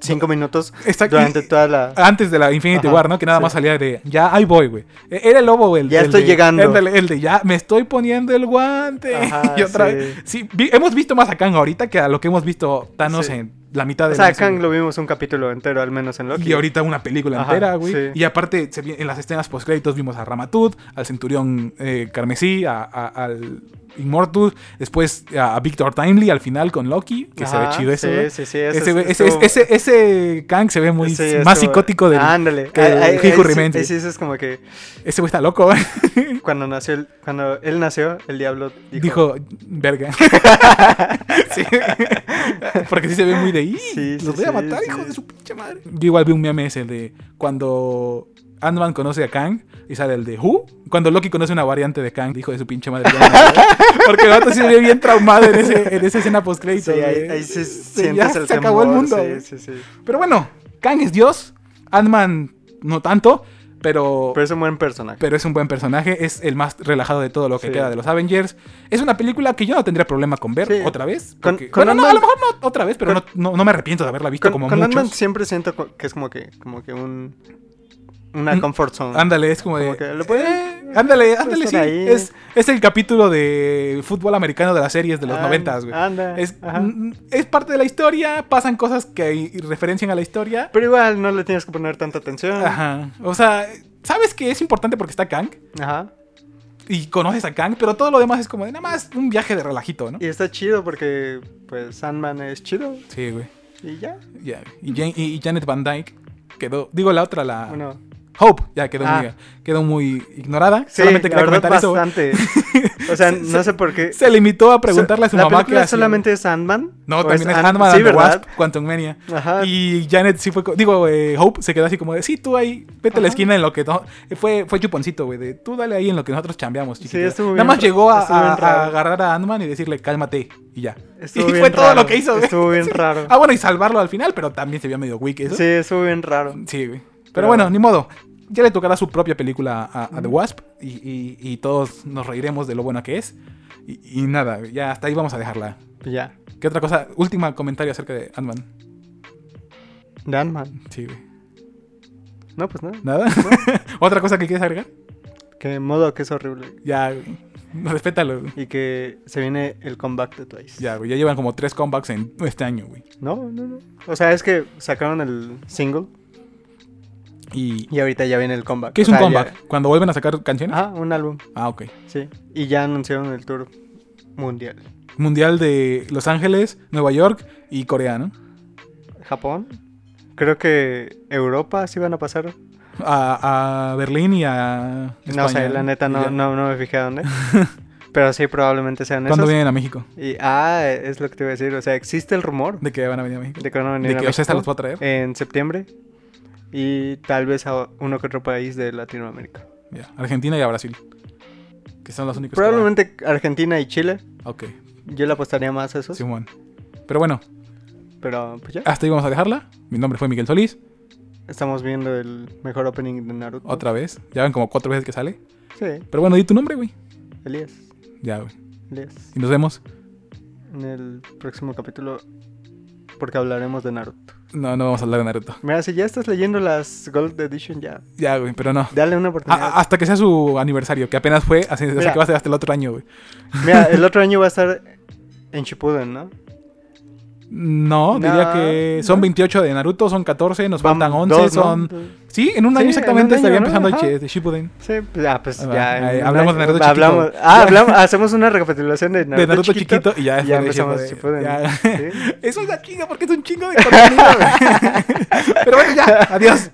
5 minutos
Exacto.
durante toda la.
Antes de la Infinity
Ajá,
War, ¿no? Que nada
sí.
más salía de ya ahí voy, güey. E- Era el lobo, güey. el-
Ya
el
estoy
de-
llegando.
ándale, el de ya me estoy poniendo el guante.
Ajá,
y otra
sí.
vez. Sí, vi- hemos visto más a Kang ahorita que a lo que hemos visto Thanos
Sí.
en la mitad
O
de
sea, Kang lo vimos un capítulo entero, al menos en Loki.
Y ahorita una película
Ajá,
entera, güey.
sí.
Y aparte, se vi- en las escenas post créditos vimos a Ramatut, al Centurión eh, Carmesí, a- a- al Immortus, después a, a Victor Timely al final con Loki, que se ve
Ajá,
chido eso.
Sí,
güey.
sí, sí. eso
Ese,
es-
güey- ese,
estuvo-
ese, ese Kang se ve muy
sí,
más
estuvo- Ah,
psicótico del,
Ándale.
que
ahí-
el
ahí-
Hijo
ahí sí-
Remains,
ahí
güey.
sí, eso es como que
Ese güey está loco, ¿eh?
cuando nació, el- cuando él nació, el diablo dijo.
Dijo, verga. Sí. Porque sí se ve muy de ahí.
Sí, sí,
los voy a
sí,
matar,
sí.
hijo de su pinche madre. Yo igual vi un meme ese de cuando Ant-Man conoce a Kang y sale el de Who. Cuando Loki conoce una variante de Kang, hijo de su pinche madre. ya me la verga. Porque el vato sí se ve bien traumado en, ese, en esa escena post
Sí,
crédito.
ahí, ahí sí sientes
ya
el
se acabó el
temor,
mundo, güey.
Sí, sí, sí.
Pero bueno, Kang es Dios. Ant-Man no tanto. Pero,
Pero es un buen personaje.
pero es un buen personaje, es el más relajado de todo lo que
Sí.
queda de los Avengers. Es una película que yo no tendría problema con ver
Sí.
otra vez.
Con-
porque-
con
bueno, no, a lo
Ant-Man-
mejor no otra vez, pero
con-
no, no, no me arrepiento de haberla visto
Con,
como
con
muchos.
Ant-Man siempre siento co- que es como que, como que un, una
Un-
comfort zone.
Ándale, es como de.
Como que lo pueden-
eh, ándale, ándale, sí.
estar ahí.
Es, es el capítulo de fútbol americano de las series de los
An-
noventas, güey.
Ah, anda,
Es,
ajá.
mm, es parte de la historia, pasan cosas que i- referencian a la historia.
Pero igual no le tienes que poner tanta atención. Ajá.
Ajá. O sea, sabes que es importante porque está Kang y conoces a Kang, pero todo lo demás es como de nada más un viaje de relajito, ¿no?
Y está chido porque, pues, Sandman es chido.
Sí, güey.
Y ya.
Ya, Y, Jan- y- y Janet Van Dyke quedó, digo la otra, la
Bueno,
Hope, ya quedó,
Ah.
muy, quedó muy ignorada.
sí,
solamente
la
quería
verdad,
comentar eso.
bastante. o sea,
Se-
no sé por qué.
Se limitó a preguntarle a su
la
mamá que
película
hacía.
solamente es Sandman?
No,
¿O
también es
Ant-
Ant-Man
Sí,
and the
¿verdad? Ah.
Wasp, Quantum Mania.
Ajá.
Y Janet sí fue, co- digo, eh, Hope se quedó así como de, sí, tú ahí, vete a la
Ajá.
esquina en lo que... no- Fue, fue chuponcito, güey, de tú dale ahí en lo que nosotros chambeamos, chiquitita".
estuvo
Nada
bien
más
ra-
llegó a,
estuvo bien
a- a
raro.
agarrar a Ant-Man y decirle, cálmate, y ya.
Estuvo
y
bien
fue todo
raro,
lo que hizo, güey.
Estuvo bien raro.
Ah, bueno, y salvarlo al final, pero también se vio medio weak eso.
Sí, estuvo bien raro.
Sí, güey. Pero,
Pero-
bueno, ni modo. Ya le tocará su propia película a, a The Wasp y, y- y todos nos reiremos de lo buena que es. Y, y nada, ya hasta ahí vamos a dejarla.
Ya.
¿Qué otra cosa? Última comentario acerca de Ant-Man.
De Ant-Man.
Sí, güey.
No, pues nada.
¿Nada? ¿Otra cosa que quieres agregar?
Que modo que es horrible.
Ya, güey. Respétalo. güey.
Y que se viene el comeback de Twice.
Ya, güey. Ya llevan como tres comebacks en este año, güey.
No, no, no. O sea, es que sacaron el single
Y...
y ahorita ya viene el comeback.
¿Qué es
O
un
sea,
comeback? ¿Cuando vuelven a sacar
ya-
canciones?
Ah, un álbum,
Ah, ok.
sí. Y ya anunciaron el tour mundial.
Mundial de Los Ángeles, Nueva York y Corea, ¿no?
Japón. Creo que Europa sí van a pasar.
A, a Berlín y a...
no sé,
España,
la neta
Y ya.
no, no, no me fijé a dónde. Pero sí, probablemente sean
¿Cuándo
esos.
vienen a México?
Y, ah, es lo que te iba a decir. O sea, existe el rumor
¿De que van a venir a México?
de que van a venir
¿De
a
que Ocesa
México
los va a traer?
en septiembre. Y tal vez a uno que otro país de Latinoamérica.
Ya, Argentina y a Brasil. Que son los únicos. que van.
Probablemente Argentina y Chile.
Ok,
Yo le apostaría más a esos.
Simón. Pero bueno,
Pero pues ya.
hasta ahí vamos a dejarla. Mi nombre fue Miguel Solís.
Estamos viendo el mejor opening de Naruto.
Otra vez. Ya ven como cuatro veces que sale.
Sí,
Pero bueno, di tu nombre, güey.
Elías.
Ya, güey.
Lies.
Y nos vemos.
En el próximo capítulo, porque hablaremos de Naruto.
No, no vamos a hablar de Naruto.
Mira, si ya estás leyendo las Gold Edition, ya.
Ya, güey, pero no.
Dale una oportunidad.
A- a- hasta que sea su aniversario, que apenas fue, así, o sea,
Mira.
que va a ser hasta el otro año, güey.
Mira, el otro año va a estar en Shippuden, ¿no?
No,
No,
diría que son
no.
28 de Naruto, son 14, nos
Van
faltan 11,
dos, ¿no?
son... Sí, en un
Sí,
año
en
exactamente
un año,
estaría
¿no?
empezando
Ajá.
el de Shippuden.
Sí, pues, ah, pues
Ah, va.
ya. en
Ahí
un
hablamos
año-
de Naruto chiquito.
hablamos- Ah, hablamos, hacemos una recapitulación de Naruto,
de Naruto chiquito, y ya,
y ya
después de
empezamos Shippuden.
Shippuden. Ya.
Sí.
Es una chinga porque es un chingo de contenido. güey. Pero bueno, ya, adiós.